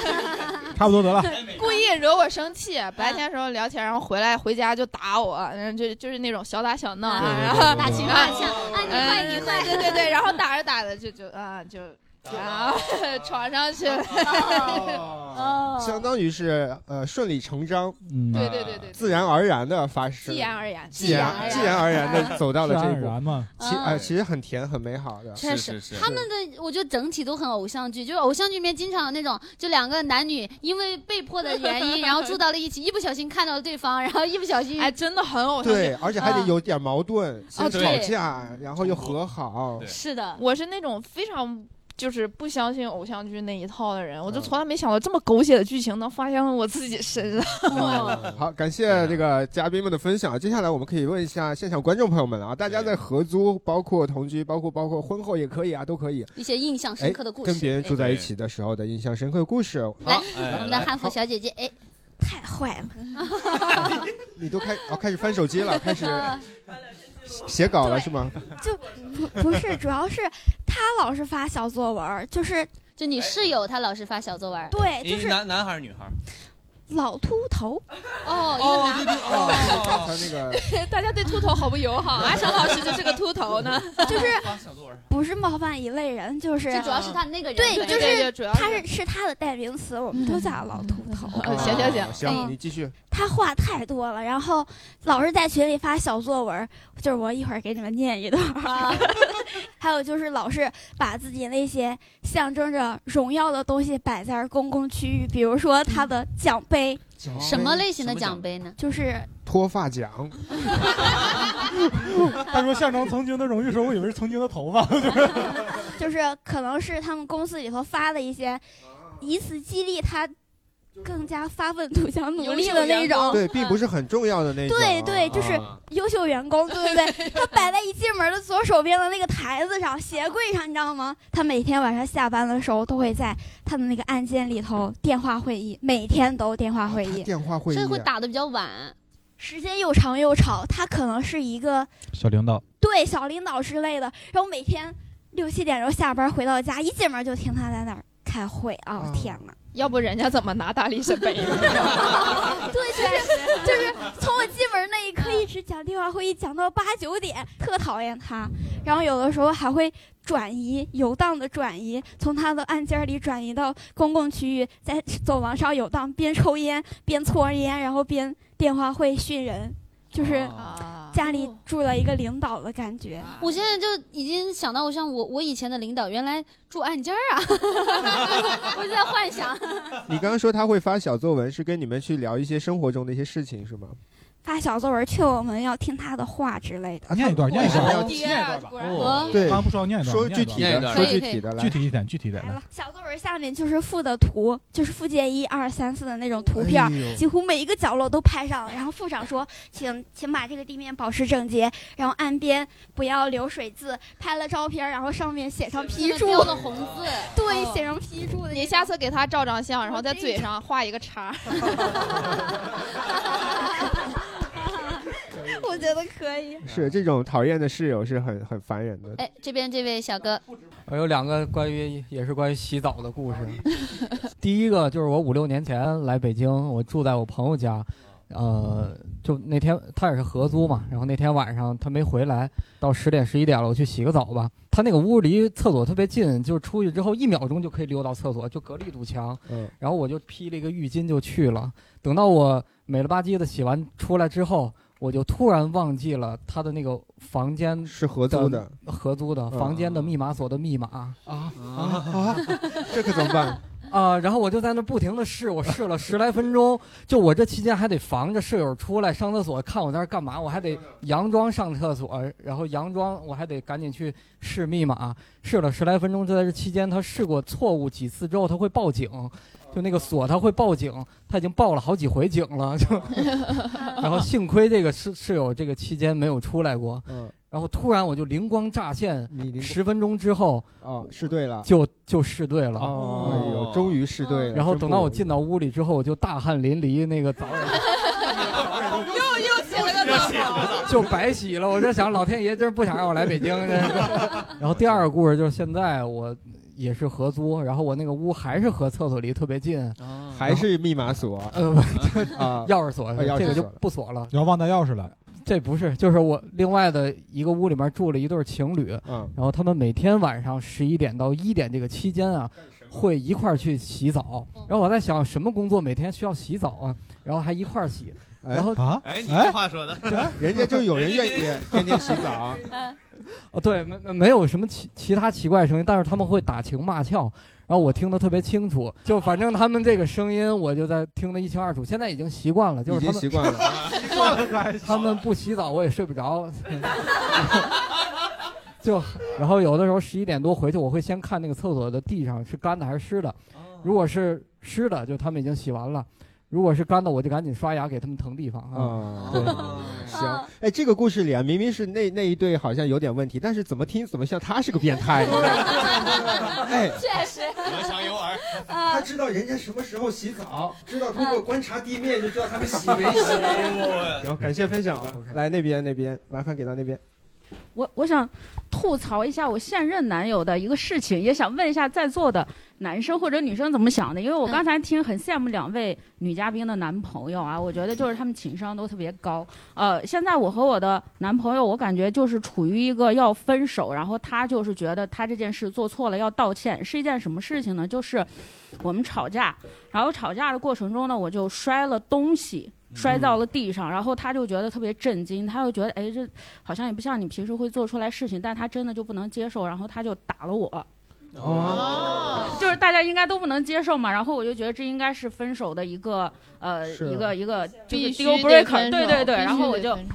差不多 <laughs> 得了。故意惹我生气。白天的时候聊天，然后回来回家就打我，然后就就是那种小打小闹，啊然后打情骂俏啊你坏你坏对对对对，然后打着打着就就啊就啊床上去了。相当于是呃顺理成章，嗯嗯对对对对对自然而然的发生，既然而然既然既既然然而而然然的走到了这一自然而然步嘛，其嗯呃其实很甜很美好啊的，确实，他们的我觉得整体都很偶像剧，就是偶像剧里面经常有那种，就两个男女因为被迫的原因，然后住到了一起，一不小心看到了对方，然后一不小心，哎，真的很偶对，而且还得有点矛盾，先吵嗯哦对嗯架，然后又和好，是的，我是那种非常就是不相信偶像剧那一套的人，我就从来没想到这么狗血的剧情能发生在我自己身上。好，感谢这个嘉宾们的分享。接下来我们可以问一下现场观众朋友们啊，大家在合租，包括同居，包括包括婚后也可以啊，都可以。一些印象深刻的故事，哎跟别人住在一起的时候的印象深刻的故事。哎。来，我们的汉服小姐姐，哎，太坏了，你都开哦，开始翻手机了，<laughs> 开始写稿了是吗？就不不是，主要是他老是发小作文儿，就是就你室友他老是发小作文，对，你就是男男孩儿女孩儿？老秃头。哦，一个男的哦，他那个大家对秃头好不友好，阿成老师就是个秃头呢，就是不是冒犯一类人，就是就主要是他那个人对，对就对对主是要他是是他的代名词，我们都叫老秃头。呃行行哦行嗯行，你继续。他话太多了，然后老是在群里发小作文，就是我一会儿给你们念一段儿。啊 <laughs> 还有就是老是把自己那些象征着荣耀的东西摆在公共区域，比如说他的奖杯。嗯什么类型的奖杯呢？就是脱发奖，他说象征曾经的荣誉时候，我以为是曾经 <laughs> 的头发，就是就是可能是他们公司里头发的一些，以此激励他更加发愤图强、努力的那哦种。对，并不是很重要的那种啊。对对，就是啊优秀员工，对不 <laughs> 对？他摆在一进门的左手边的那个台子上、鞋柜上，你知道吗？他每天晚上下班的时候都会在他的那个案件里头电话会议，每天都电话会议，哦电话会啊这会打的比较晚，时间又长又吵。他可能是一个小领导。对小领导之类的，然后每天六七点钟下班回到家，一进门就听他在那儿开会啊、哦天哪！要不人家怎么拿大力士杯？ <laughs> 对，就是就是从我进门那一刻一直讲电话会议，讲到八九点，特讨厌他。然后有的时候还会转移，游荡的转移，从他的案件里转移到公共区域，在走廊上游荡，边抽烟边搓烟，然后边电话会训人，就是家里住了一个领导的感觉。啊我现在就已经想到，我像我我以前的领导，原来住暗间儿啊， <laughs> 我就在幻想。你刚刚说他会发小作文，是跟你们去聊一些生活中的一些事情是吗？发小作文劝我们要听他的话之类啊的。念一段，念一段，哦对，刚刚不说要念一段，说念一具段念体的一段说具体的来具体一点，具体一点。来小作文下面就是附的图，就是附件一二三四的那种图片，哎呦几乎每一个角落都拍上。然后附上说，请请把这个地面保持整洁，然后岸边不要流水渍。拍了照片，然后上面写上批注，标的红字，嗯对，写上批注的。你下次给他照张相，然后在嘴上画一个叉。我觉得可以。 <laughs> 是这种讨厌的室友是很很烦人的。哎，这边这位小哥，我有两个关于也是关于洗澡的故事。哦 <laughs> 第一个就是我五六年前来北京，我住在我朋友家，呃，就那天他也是合租嘛，然后那天晚上他没回来，到十点十一点了，我去洗个澡吧。他那个屋离厕所特别近，就是出去之后一秒钟就可以溜到厕所，就隔了一堵墙。嗯，然后我就披了一个浴巾就去了。等到我美了吧唧的洗完出来之后，我就突然忘记了他的那个房间是合租的，合租的嗯房间的密码锁的密码啊哦啊啊！这可怎么办？啊！然后我就在那不停的试，我试了十来分钟，就我这期间还得防着舍友出来上厕所，看我在那儿干嘛，我还得佯装上厕所，然后佯装我还得赶紧去试密码，试了十来分钟，就在这期间，他试过错误几次之后，他会报警，就那个锁他会报警，他已经报了好几回警了，就 <laughs> 然后幸亏这个室室友这个期间没有出来过，嗯，然后突然我就灵光乍现，十分钟之后，哦，试对了，就就试对了，哦哎呦终于试对了然后真不等到我容易进到屋里之后，我就大汗淋漓，那个澡也又又起了个澡。 <laughs> 就白洗了。我就想，老天爷真是不想让我来北京。真 <laughs> 是然后第二个故事就是现在我也是合租，然后我那个屋还是和厕所离特别近，还是密码锁？呃， <laughs> 啊，钥匙锁啊钥匙这个就锁了不锁了。然后忘带钥匙了，这不是，就是我另外的一个屋里面住了一对情侣，嗯，然后他们每天晚上十一点到一点这个期间啊，会一块儿去洗澡。嗯然后我在想，什么工作每天需要洗澡啊？然后还一块儿洗，然后啊哎，你这话说 <laughs> 的，啊人家就有人 <laughs> 愿意天天洗澡。啊 <laughs> <laughs> 哦，对，没没没有什么其其他奇怪的声音，但是他们会打情骂俏，然后我听得特别清楚，就反正他们这个声音我就在听得一清二楚，现在已经习惯了，就是已他经们习惯了啊 <laughs> 他们不洗澡我也睡不着， <laughs> 就然后有的时候十一点多回去，我会先看那个厕所的地上是干的还是湿的，哦如果是湿的，就他们已经洗完了。如果是干的，我就赶紧刷牙给他们腾地方哦啊！对，行，哎，这个故事里啊，明明是那那一对好像有点问题，但是怎么听怎么像他是个变态呢？哎，确实，我想有耳。他知道人家什么时候洗澡，知道通过观察地面就知道他们洗没洗。 <laughs> 行，感谢分享啊，来那边那边，麻烦给到那边。我我想吐槽一下我现任男友的一个事情，也想问一下在座的男生或者女生怎么想的，因为我刚才听很羡慕两位女嘉宾的男朋友啊，我觉得就是他们情商都特别高。呃，现在我和我的男朋友，我感觉就是处于一个要分手，然后他就是觉得他这件事做错了要道歉，是一件什么事情呢？就是我们吵架，然后吵架的过程中呢，我就摔了东西。摔嗯到了地上，然后他就觉得特别震惊，他就觉得哎，这好像也不像你平时会做出来事情，但他真的就不能接受，然后他就打了我。就是大家应该都不能接受嘛，然后我就觉得这应该是分手的一个呃是一个一个就是必须 deal 得 breaker，分手对对对，必须然后我得就分手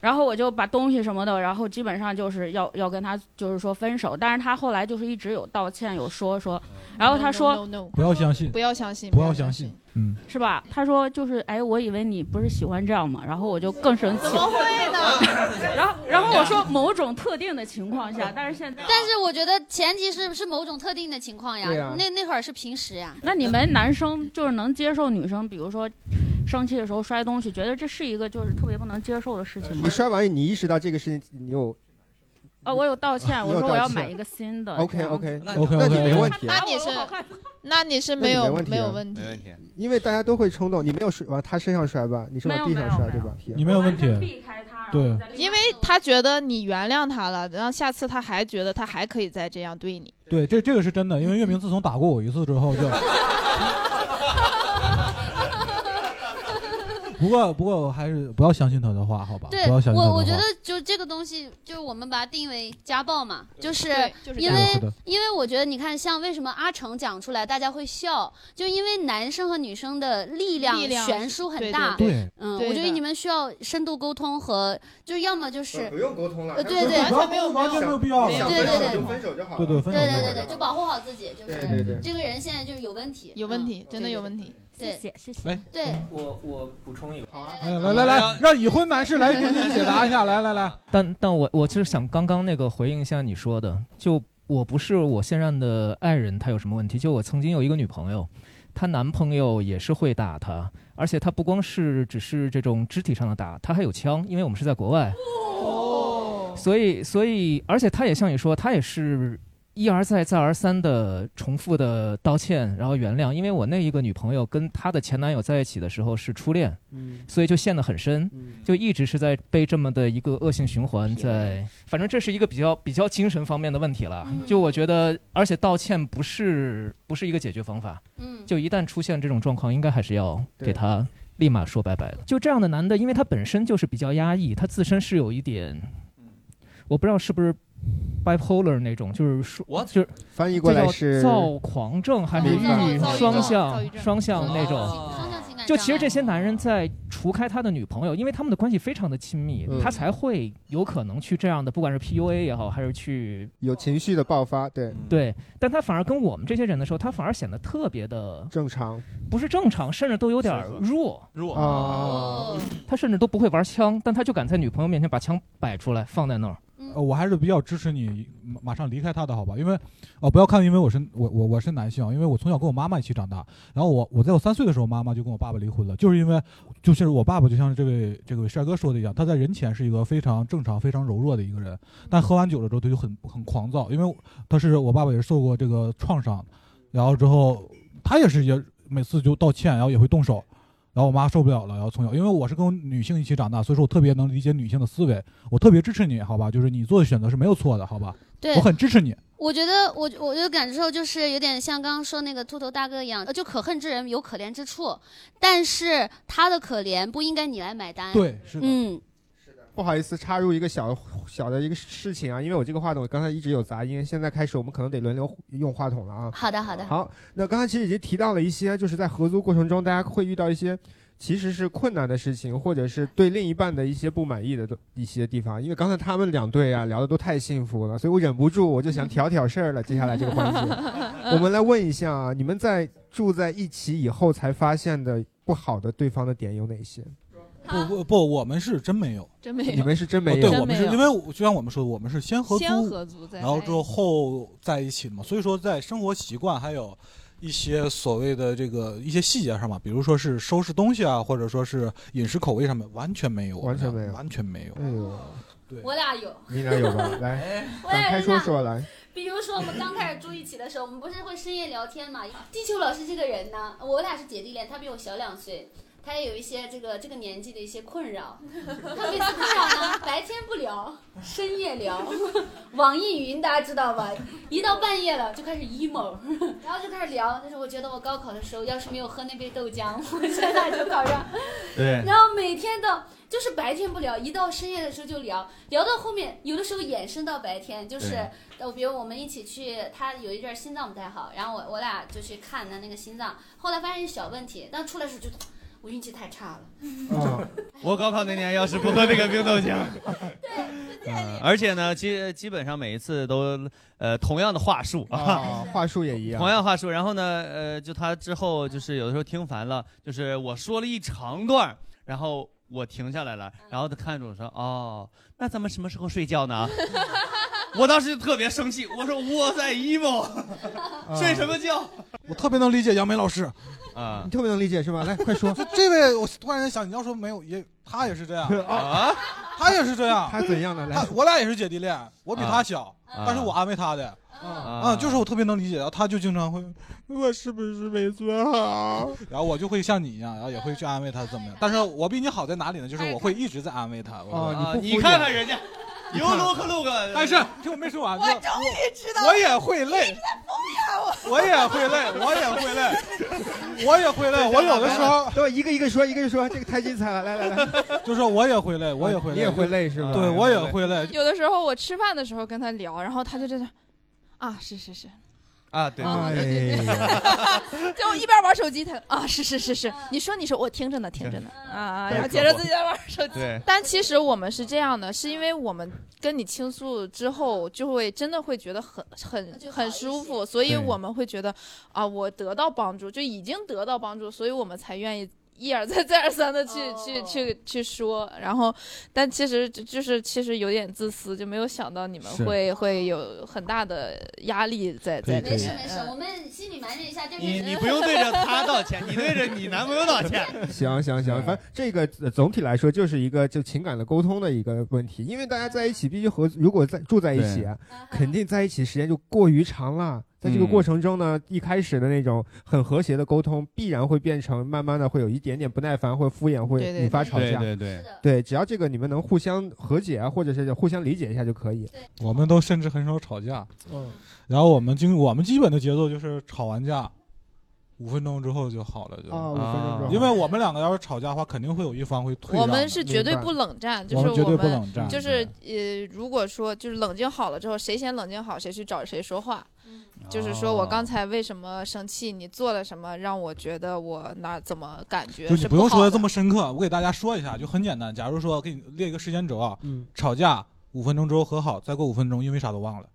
然后我就把东西什么的，然后基本上就是要要跟他就是说分手，但是他后来就是一直有道歉，有说说，然后他说 No, no, no, no 不要相信，不要相信，不要相信，嗯，是吧？他说就是哎，我以为你不是喜欢这样嘛，然后我就更生气了。怎么会呢 <laughs> 哎然后然后我说某种特定的情况下，但是现在但是我觉得前提是是某种特定的情况呀，对呀那那会儿是平时呀。那你们男生就是能接受女生，比如说生气的时候摔东西，觉得这是一个就是特别不能接受的事情吗呃你？摔完，你意识到这个事情，你有呃，我有道歉，你我有说道我要歉买一个新的。 OK 这样 OK 子 OK，那你没问题啊那你是，那你是那没你有问题，啊有问题，没问 <laughs> 题，因为大家都会冲动，你没有摔往他身上摔吧？你是往地上摔对吧？你没有问题，对，因为他觉得你原谅他了，然后下次他还觉得他还可以再这样对你。对，这这个是真的，因为月明自从打过我一次之后就，不过不过我还是不要相信他的话，好吧？对不要相信他的我话。我觉得就这个东西，就是我们把它定为家暴嘛，就是就是因家暴为是的因为我觉得你看，像为什么阿成讲出来大家会笑，就因为男生和女生的力量力量悬是殊很对大，对对嗯，对我觉得的你们需要深度沟通和就是要么就是不用沟通了呃对对，完全没有完全没有必要了对对想对分手就对，分手就好了对对分手对就好对对了对，就保护好自己，就是对对对这个人现在就是有问题，嗯有问题，真的有问题。对，谢谢谢谢来对，我我补充一个，好哎来来来，让已婚男士来给你解答一下，来来来，但但我我就是想刚刚那个回应一下你说的，就我不是我现任的爱人，她有什么问题？就我曾经有一个女朋友，她男朋友也是会打她，而且她不光是只是这种肢体上的打，她还有枪，因为我们是在国外，所以所以而且她也像你说，她也是。一而再，再而三的重复的道歉，然后原谅。因为我那一个女朋友跟她的前男友在一起的时候是初恋，嗯所以就陷得很深，就一直是在被这么的一个恶性循环在。反正这是一个比较比较精神方面的问题了。就我觉得，而且道歉不是不是一个解决方法。嗯，就一旦出现这种状况，应该还是要对给他立马说拜拜的。就这样的男的，因为他本身就是比较压抑，他自身是有一点，我不知道是不是 bipolar 那种，就是说 What？就是翻译过来这叫是躁狂症还是嗯抑郁躁双郁症躁郁向症哦双向那种。就其实这些男人在除开他的女朋友，因为他们的关系非常的亲密，嗯他才会有可能去这样的，不管是 PUA 也好，还是去有情绪的爆发，对嗯对，但他反而跟我们这些人的时候，他反而显得特别的正常，不是正常，甚至都有点儿弱弱啊哦。他甚至都不会玩枪，但他就敢在女朋友面前把枪摆出来放在那儿。嗯呃，我还是比较支持你马马上离开他的，好吧？因为，呃，不要看，因为我是我我我是男性，啊，因为我从小跟我妈妈一起长大，然后我我在我三岁的时候，妈妈就跟我爸爸离婚了，就是因为，就是我爸爸就像是这位这位帅哥说的一样，他在人前是一个非常正常、非常柔弱的一个人，但喝完酒了之后，他就很很狂躁，因为他是我爸爸也是受过这个创伤，然后之后他也是也每次就道歉，然后也会动手，然后我妈受不了了，然后从小，因为我是跟女性一起长大，所以说我特别能理解女性的思维，我特别支持你，好吧？就是你做的选择是没有错的，好吧？对我很支持你。我觉得我我的感受就是有点像刚刚说那个秃头大哥一样，呃就可恨之人有可怜之处，但是他的可怜不应该你来买单。对是的嗯，不好意思，插入一个小小的一个事情啊，因为我这个话筒刚才一直有杂音，现在开始我们可能得轮流用话筒了啊。好的好的。好，那刚才其实已经提到了一些，就是在合租过程中，大家会遇到一些其实是困难的事情，或者是对另一半的一些不满意的一些地方。因为刚才他们两队啊聊的都太幸福了，所以我忍不住我 <laughs> 就想挑挑事儿了。接下来这个环节，我们来问一下啊，你们在住在一起以后才发现的不好的对方的点有哪些？不不不，我们是真没有，真没有你们是真没有哦对，我们是真没有因为我就像我们说的，我们是先合租，先合租再然后之后后在一起的嘛，所以说在生活习惯还有一些所谓的这个一些细节上嘛，比如说是收拾东西啊，或者说是饮食口味上面，完全没有，完全没有，完全没有。哎呦，我俩有，你俩有吧？哎来， <laughs> 展开说说来。比如说我们刚开始住一起的时候，我们不是会深夜聊天嘛？地球老师这个人呢，我俩是姐弟恋，他比我小两岁。他也有一些这个这个年纪的一些困扰，他每次困扰呢，白天不聊，深夜聊。网易云大家知道吧？一到半夜了就开始 emo，然后就开始聊。但是我觉得我高考的时候要是没有喝那杯豆浆， <laughs> 我现在就考 <laughs> 上。对然后每天到就是白天不聊，一到深夜的时候就聊，聊到后面有的时候延伸到白天，就是对呃，比如我们一起去，他有一阵儿心脏不太好，然后我我俩就去看他那个心脏，后来发现是小问题，但出来时候就我运气太差了。我高考那年要是不喝那个冰豆浆，嗯而且呢，基基本上每一次都呃同样的话术啊啊，话术也一样。 <laughs> 同样话术。然后呢，呃，就他之后就是有的时候听烦了，就是我说了一长段儿，然后我停下来了，然后他看着我说：“哦，那咱们什么时候睡觉呢？” <laughs> 我当时就特别生气，我说：“我在 emo，睡什么觉我特别能理解杨梅老师，啊你特别能理解是吧？来，<laughs> 快说这位我突然间想，你要说没有也，他也是这样 <laughs> 啊，他也是这样，他怎样的来他我俩也是姐弟恋，我比他小，啊但是我安慰他的，啊嗯，就是我特别能理解，然后他就经常会，我是不是没做好？然后我就会像你一样，然后也会去安慰他怎么样，但是我比你好在哪里呢？就是我会一直在安慰他。哦我啊会你看看 <laughs> 人家，有 look look，但是听我没说完，我就终于知道我也会累，我也会累，我也会累，我也会累，我有的时候都一个一个说，一个一个说，这个太精彩了，来来来，就说我也会累，我也会累，啊你也会累是吧对，我也会累。有的时候我吃饭的时候跟他聊，然后他就在这，啊，是是 <laughs> 是，啊，对，哎就我一边玩手机，他啊，是是是是，你说你说，我听着呢，听着呢，啊哎啊，然后接着自己在玩手机对。但其实我们是这样的，是因为我们跟你倾诉之后，就会真的会觉得很很很舒服，所以对我们会觉得啊，我得到帮助，就已经得到帮助，所以我们才愿意。一而再，再而三的去、去去去说，然后，但其实就就是其实有点自私，就没有想到你们是会会有很大的压力在在里没事面。没事，我们心里埋怨一下，就是呃你你不用对着他道歉，你对着你男朋友道歉。 <laughs> 行行行，嗯反正这个呃总体来说就是一个就情感的沟通的一个问题，因为大家在一起必须合，如果在住在一起啊，嗯肯定在一起时间就过于长了。在这个嗯过程中呢，一开始的那种很和谐的沟通，必然会变成慢慢的会有一点点不耐烦，会敷衍，会对对引发吵架。对对对是的对，只要这个你们能互相和解啊，或者是互相理解一下就可以。我们都甚至很少吵架，嗯，然后我们经我们基本的节奏就是吵完架，五分钟之后就好了，就啊五分钟之后因为我们两个要是吵架的话，肯定会有一方会退让的。我们是绝对不冷战，就我是们绝我对们不冷战就是呃，如果说就是冷静好了之后，谁先冷静好，谁去找谁说话。嗯就是说我哦刚才为什么生气，你做了什么让我觉得我哪怎么感觉就是你不用好说的的这么深刻，我给大家说一下，就很简单。假如说给你列一个时间轴啊，嗯，吵架五分钟之后和好，再过五分钟因为啥都忘了。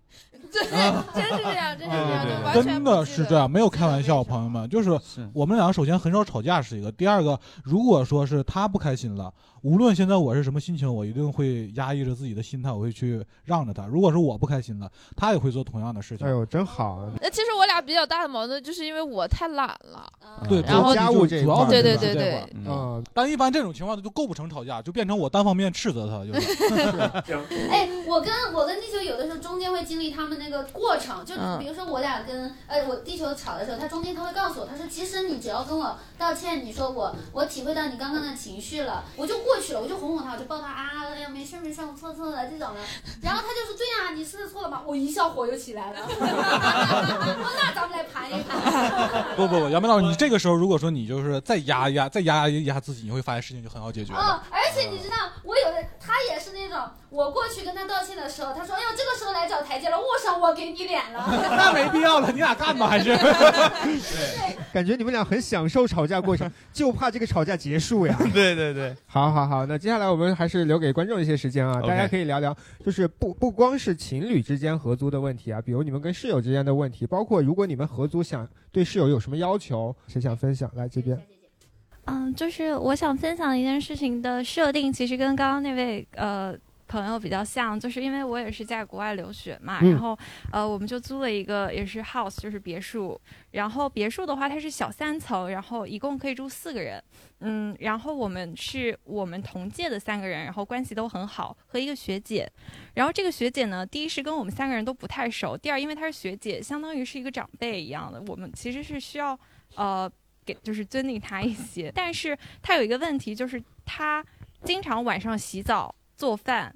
对， <laughs> 真是这样，真是这样，就啊完全真的是这样，没有开玩笑，朋友们，就是我们俩首先很少吵架是一个，第二个，如果说是他不开心了，无论现在我是什么心情，我一定会压抑着自己的心态，我会去让着他。如果是我不开心了，他也会做同样的事情。哎呦，真好、啊！那其实我俩比较大的矛盾，就是因为我太懒了，对，然后家务这一块儿对对是对这块对儿，嗯，但一般这种情况就构不成吵架，就变成我单方面斥责他，就是。哎，我跟我跟地球有的时候中间会经历他们那个过程，就是嗯比如说我俩跟呃我地球吵的时候，他中间他会告诉我，他说其实你只要跟我道歉，你说我我体会到你刚刚的情绪了，我就过去了，我就哄哄他，我就抱他啊，哎呀没事没事，我错错了这种的。然后他就说对呀、你是不是错了嘛？我一下火就起来了， <laughs> 哦那咱们来盘一盘。不不不，杨梅老师，你这个时候如果说你就是再压一压，再压一压自己，你会发现事情就很好解决哦了。嗯，而且你知道，我有的他也是那种，我过去跟他道歉的时候，他说：“哎呦，这个时候来找台阶了，我想我给你脸了。 <laughs> 那没必要了，你俩干吧还是？ <laughs> 感觉你们俩很享受吵架 <laughs> 过程，就怕这个吵架结束呀。对对对，好好好，那接下来我们还是留给观众一些时间啊， OK 大家可以聊聊，就是不不光是情侣之间合租的问题啊，比如你们跟室友之间的问题，包括如果你们合租想对室友有什么要求，谁想分享？来这边，嗯，就是我想分享一件事情的设定，其实跟刚刚那位呃朋友比较像，就是因为我也是在国外留学嘛，嗯然后呃我们就租了一个也是 house，就是别墅，然后别墅的话它是小三层，然后一共可以住四个人，嗯，然后我们是我们同届的三个人，然后关系都很好，和一个学姐，然后这个学姐呢，第一是跟我们三个人都不太熟，第二因为她是学姐，相当于是一个长辈一样的，我们其实是需要呃。给就是尊敬他一些。但是他有一个问题，就是他经常晚上洗澡、做饭、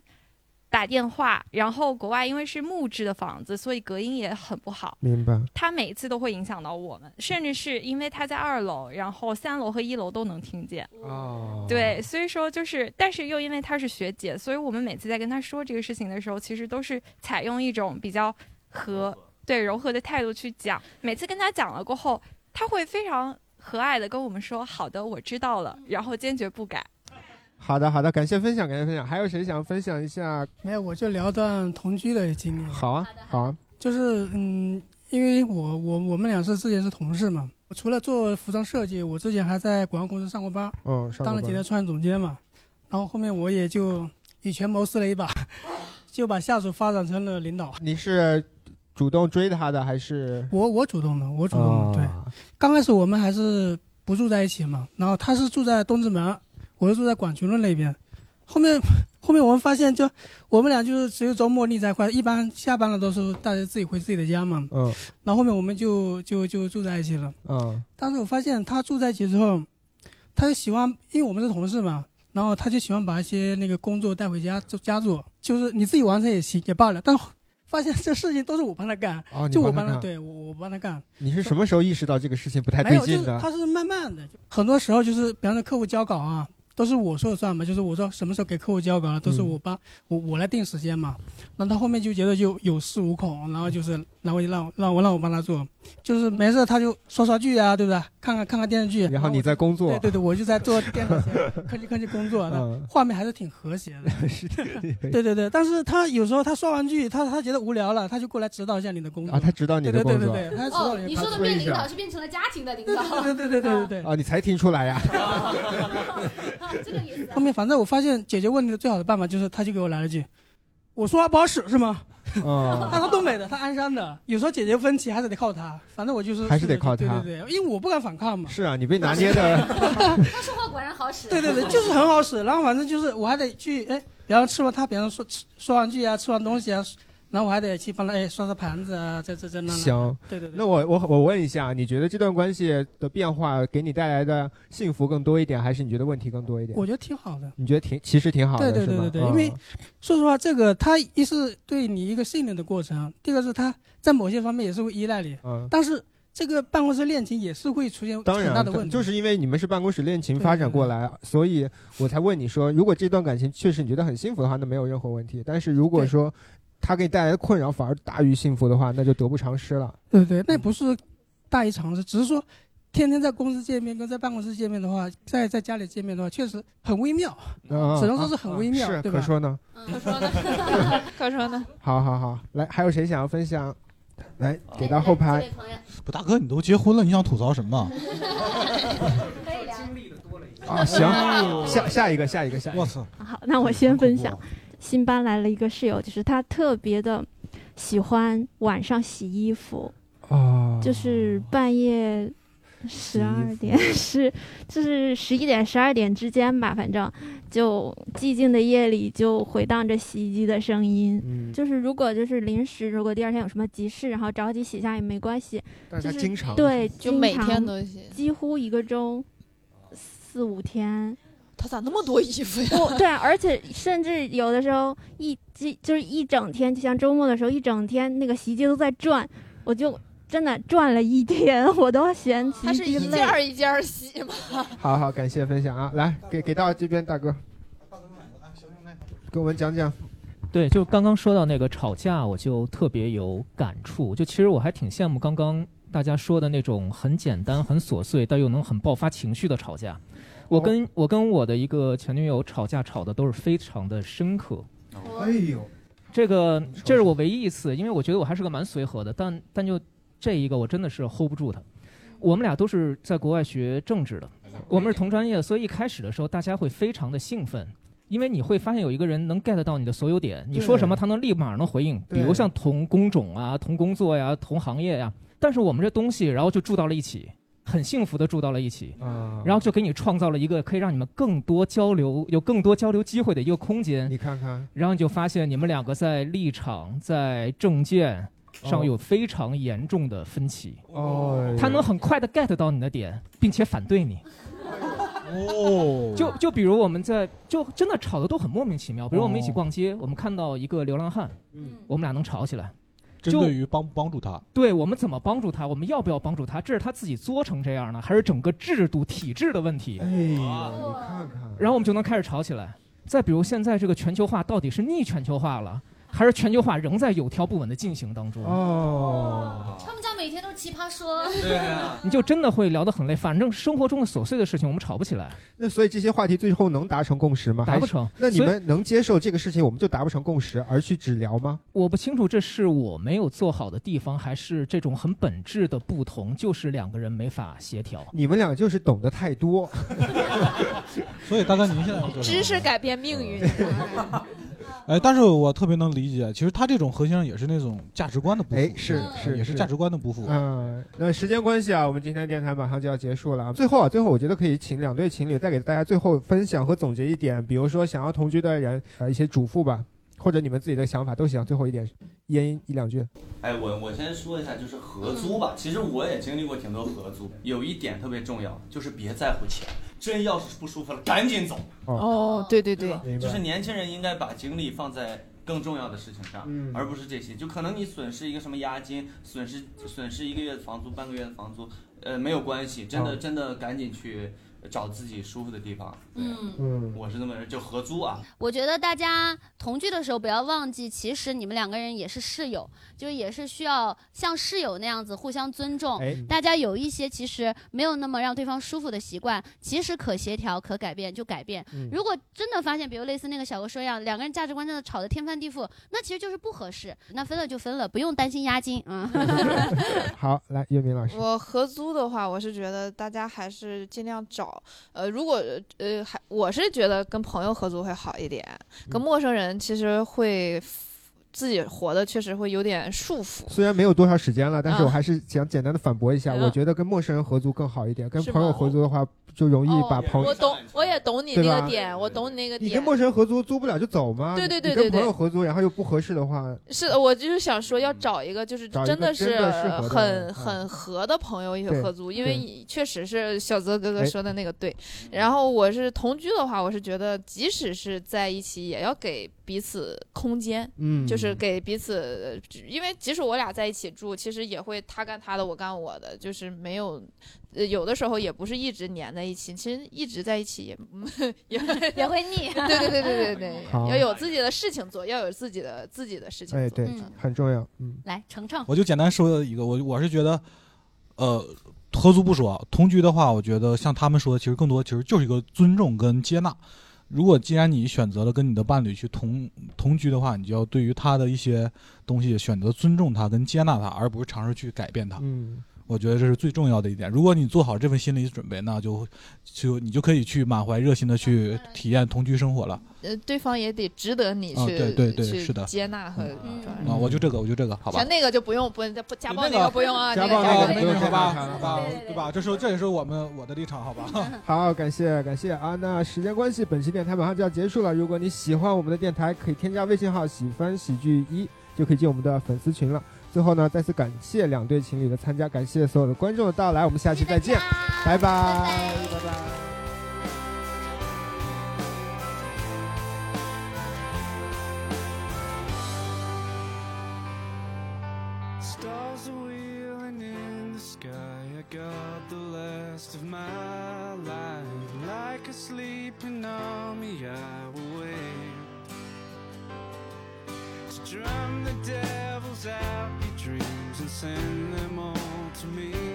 打电话，然后国外因为是木质的房子，所以隔音也很不好。明白。他每一次都会影响到我们，甚至是因为他在二楼，然后三楼和一楼都能听见。哦，对，所以说就是，但是又因为她是学姐，所以我们每次在跟她说这个事情的时候，其实都是采用一种比较和对柔和的态度去讲。每次跟她讲了过后，她会非常和蔼的跟我们说：“好的，我知道了。”然后坚决不改。好的好的，感谢分享，感谢分享，还有谁想分享一下？没有，我就聊段嗯同居的经历。好啊好啊，就是嗯，因为我我我们俩是之前是同事嘛，我除了做服装设计，我之前还在广告公司上过班，嗯，上当了个几班年创意总监嘛，然后后面我也就以权谋私了一把， <laughs> 就把下属发展成了领导。你是主动追他的还是？啊我我主动的，我主动哦的。对，刚开始我们还是不住在一起嘛，然后他是住在东直门，我是住在广渠路那边。后面后面我们发现就，我们俩就是只有周末腻在一块，一般下班了都是大家自己回自己的家嘛。嗯然后后面我们就就就住在一起了。嗯，但是我发现他住在一起之后，他就喜欢，因为我们是同事嘛，然后他就喜欢把一些那个工作带回家做家做，就是你自己完成也行也罢了，但发现这事情都是我帮他干，哦你就我帮他他，干对我我帮他干。你是什么时候意识到这个事情不太没对有，就劲是的？他是慢慢的，很多时候就是，比方说客户交稿啊，都是我说了算嘛，就是我说什么时候给客户交稿啊，都是我帮、我我来定时间嘛。那他后面就觉得就有恃无恐，然后就是，然后就让我让我让我帮他做，就是没事他就刷刷剧啊，对不对？看看看看电视剧。然后你在工作对对对，我就在做电脑 <laughs> 前吭哧吭哧工作，那嗯画面还是挺和谐 <laughs> 的。 <laughs> 对对对，但是他有时候他刷完剧，他他觉得无聊了，他就过来指导一下你的工作啊他指导你的工对作对对对对，他指导哦，你你的工说作。的变领导是变成了家庭的领导，哦对对对对对对啊，你才听出来呀？ <laughs> 后面反正我发现解决问题的最好的办法就是，他就给我来了句：“我说话不好使是吗？”啊他是东北的，他鞍山的，有时候解决分歧还是得靠他。反正我就是还是得靠他对对对，因为我不敢反抗嘛。是啊，你被拿捏 <laughs> 的，他说话果然好使。对对对，就是很好使。然后反正就是我还得去哎，然后吃完他，比方说吃说完剧啊，吃完东西啊，然后我还得去帮他哎刷刷盘子啊，这这这那。那行。对对对。那我我我问一下，你觉得这段关系的变化给你带来的幸福更多一点，还是你觉得问题更多一点？我觉得挺好的。你觉得挺其实挺好的，对对对对对，是吗嗯因为说实话，这个他一是对你一个信任的过程，第二个是他在某些方面也是会依赖你，嗯但是这个办公室恋情也是会出现当很大然的问，题，就是因为你们是办公室恋情发展过来，所以我才问你说，如果这段感情确实你觉得很幸福的话，那没有任何问题。但是如果说它给你带来的困扰反而大于幸福的话，那就得不偿失了。对对，嗯那不是大一常识，只是说天天在公司见面跟在办公室见面的话，在在家里见面的话，确实很微妙，嗯只能说是很微妙，啊是对可吧？说呢。 <laughs> 可说呢。好好好，来，还有谁想要分享？来，给到后排。不，大哥，你都结婚了，你想吐槽什么？ <laughs> 啊，行，下下一个，下一个，下一个。我操！好，那哎我先分啊享，新搬来了一个室友，就是他特别的喜欢晚上洗衣服，啊就是半夜十二点 <laughs> 是就是十一点十二点之间吧，反正就寂静的夜里就回荡着洗衣机的声音。嗯就是如果就是临时，如果第二天有什么急事，然后着急洗一下也没关系。但是就他是经常对，就经每常天都洗几乎一个周四五天。他咋那么多衣服呀？我对，而且甚至有的时候一就就是一整天，就像周末的时候一整天，那个洗衣机都在转，我就真的转了一天，我都嫌洗他衣是机一累件。儿一件儿洗 <laughs> 吗？好好，感谢分享啊！来，给给到这边大哥，给我们讲讲。对，就刚刚说到那个吵架，我就特别有感触。就其实我还挺羡慕刚刚大家说的那种很简单、很琐碎，但又能很爆发情绪的吵架。哦我跟、我跟我的一个前女友吵架，吵的都是非常的深刻。哎呦，这个这是我唯一一次，因为我觉得我还是个蛮随和的，但但就这一个我真的是 hold 不住他。我们俩都是在国外学政治的，我们是同专业的，所以一开始的时候大家会非常的兴奋，因为你会发现有一个人能 get 到你的所有点，你说什么他能立马能回应，比对如像同工种啊、同工作呀、同行业呀。但是我们这东西，然后就住到了一起，很幸福的住到了一起。啊，然后就给你创造了一个可以让你们更多交流、有更多交流机会的一个空间。你看看，然后你就发现你们两个在立场、在政见上哦有非常严重的分歧。哦，他能很快的 get 到你的点，并且反对你。哦，就就比如我们在就真的吵的都很莫名其妙，比如我们一起逛哦街，我们看到一个流浪汉，嗯我们俩能吵起来。针就对于帮帮助他，对我们怎么帮助他？我们要不要帮助他？这是他自己作成这样呢，还是整个制度体制的问题？哎呦，你看看，然后我们就能开始吵起来。再比如现在这个全球化到底是逆全球化了，还是全球化仍在有条不紊的进行当中？哦，他们家每天都是奇葩说。你就真的会聊得很累。反正生活中的琐碎的事情我们吵不起来，那所以这些话题最后能达成共识吗？达不成还是那你所们能接受这个事情，我们就达不成共识而去只聊吗？我不清楚这是我没有做好的地方，还是这种很本质的不同，就是两个人没法协调。你们俩就是懂得太 <laughs> 多，所以大哥您现在哦要做什么知识改变命运。嗯哎，但是我特别能理解，其实他这种核心上也是那种价值观的不符，嗯哎，是是也是价值观的不符。嗯，那时间关系啊，我们今天电台马上就要结束了啊。最后啊，最后我觉得可以请两对情侣再给大家最后分享和总结一点，比如说想要同居的人呃一些嘱咐吧，或者你们自己的想法都行。最后一点，一人一两句。哎，我我先说一下，就是合租吧。其实我也经历过挺多合租，有一点特别重要，就是别在乎钱。真要是不舒服了，赶紧走。哦对对对，就是年轻人应该把精力放在更重要的事情上，嗯而不是这些。就可能你损失一个什么押金，损失损失一个月的房租，半个月的房租，呃，没有关系，真嗯的好真的赶紧去找自己舒服的地方。嗯嗯，我是这么认为，就合租啊。我觉得大家同居的时候不要忘记，其实你们两个人也是室友，就是也是需要像室友那样子互相尊重。哎大家有一些其实没有那么让对方舒服的习惯，其实可协调、可改变就改变。嗯如果真的发现，比如类似那个小哥说一样，两个人价值观真的吵得天翻地覆，那其实就是不合适。那分了就分了，不用担心押金 <laughs> 啊。好，来岳明老师，我合租的话，我是觉得大家还是尽量找，呃，如果呃还我是觉得跟朋友合租会好一点，跟陌生人其实会 f- 自己活的确实会有点束缚。虽然没有多少时间了，但是我啊还是想简单的反驳一下，嗯我觉得跟陌生人合租更好一点，跟是吗朋友合租的话就容易把朋哦友我。懂，我也懂你对那吧个点，我懂你那个你点跟。陌生人合租租不了就走嘛，对对你对跟对对朋友合租，然后又不合适的话，是的，我就是想说，要找一个就是嗯找一真个的真是的适合的很嗯很合的朋友一起对合租，因为对你确实是小泽哥哥哎说的那个对。然后我是同居的话，我是觉得即使是在一起，也要给彼此空间，嗯就是给彼此，因为即使我俩在一起住，其实也会他干他的，我干我的，就是没有。呃有的时候也不是一直粘在一起，其实一直在一起也 <laughs> 也也会腻对对对对对对，好要有自己的事情做，要有自己的自己的事情做。哎，对，很重要。嗯，来，程程，我就简单说一个，我我是觉得，呃，合租不说，同居的话，我觉得像他们说的，其实更多其实就是一个尊重跟接纳。如果既然你选择了跟你的伴侣去同同居的话，你就要对于他的一些东西选择尊重他跟接纳他，而不是尝试去改变他。嗯，我觉得这是最重要的一点。如果你做好这份心理准备，那就就你就可以去满怀热心的去体验同居生活了。呃，对方也得值得你去、啊对对对去是的接纳和抓啊，我就这个，我就这个，好吧。像那个就不用不不家暴那那个不用 <laughs> 啊，家那暴个那家个暴没那有个好吧，谈好吧，对吧？这是这也是我们我的立场，好吧。 <laughs> 好，感谢感谢啊！那时间关系，本期电台马上就要结束了。如果你喜欢我们的电台，可以添加微信号“喜欢喜剧一”，就可以进我们的粉丝群了。最后呢，再次感谢两对情侣的参加，感谢所有的观众的到来，我们下期再见，拜拜拜拜。 Stars are wheeling in the sky. I got the last of my life. Like a sleeping army, I will wait to drum the devils out your dreams and send them all to me.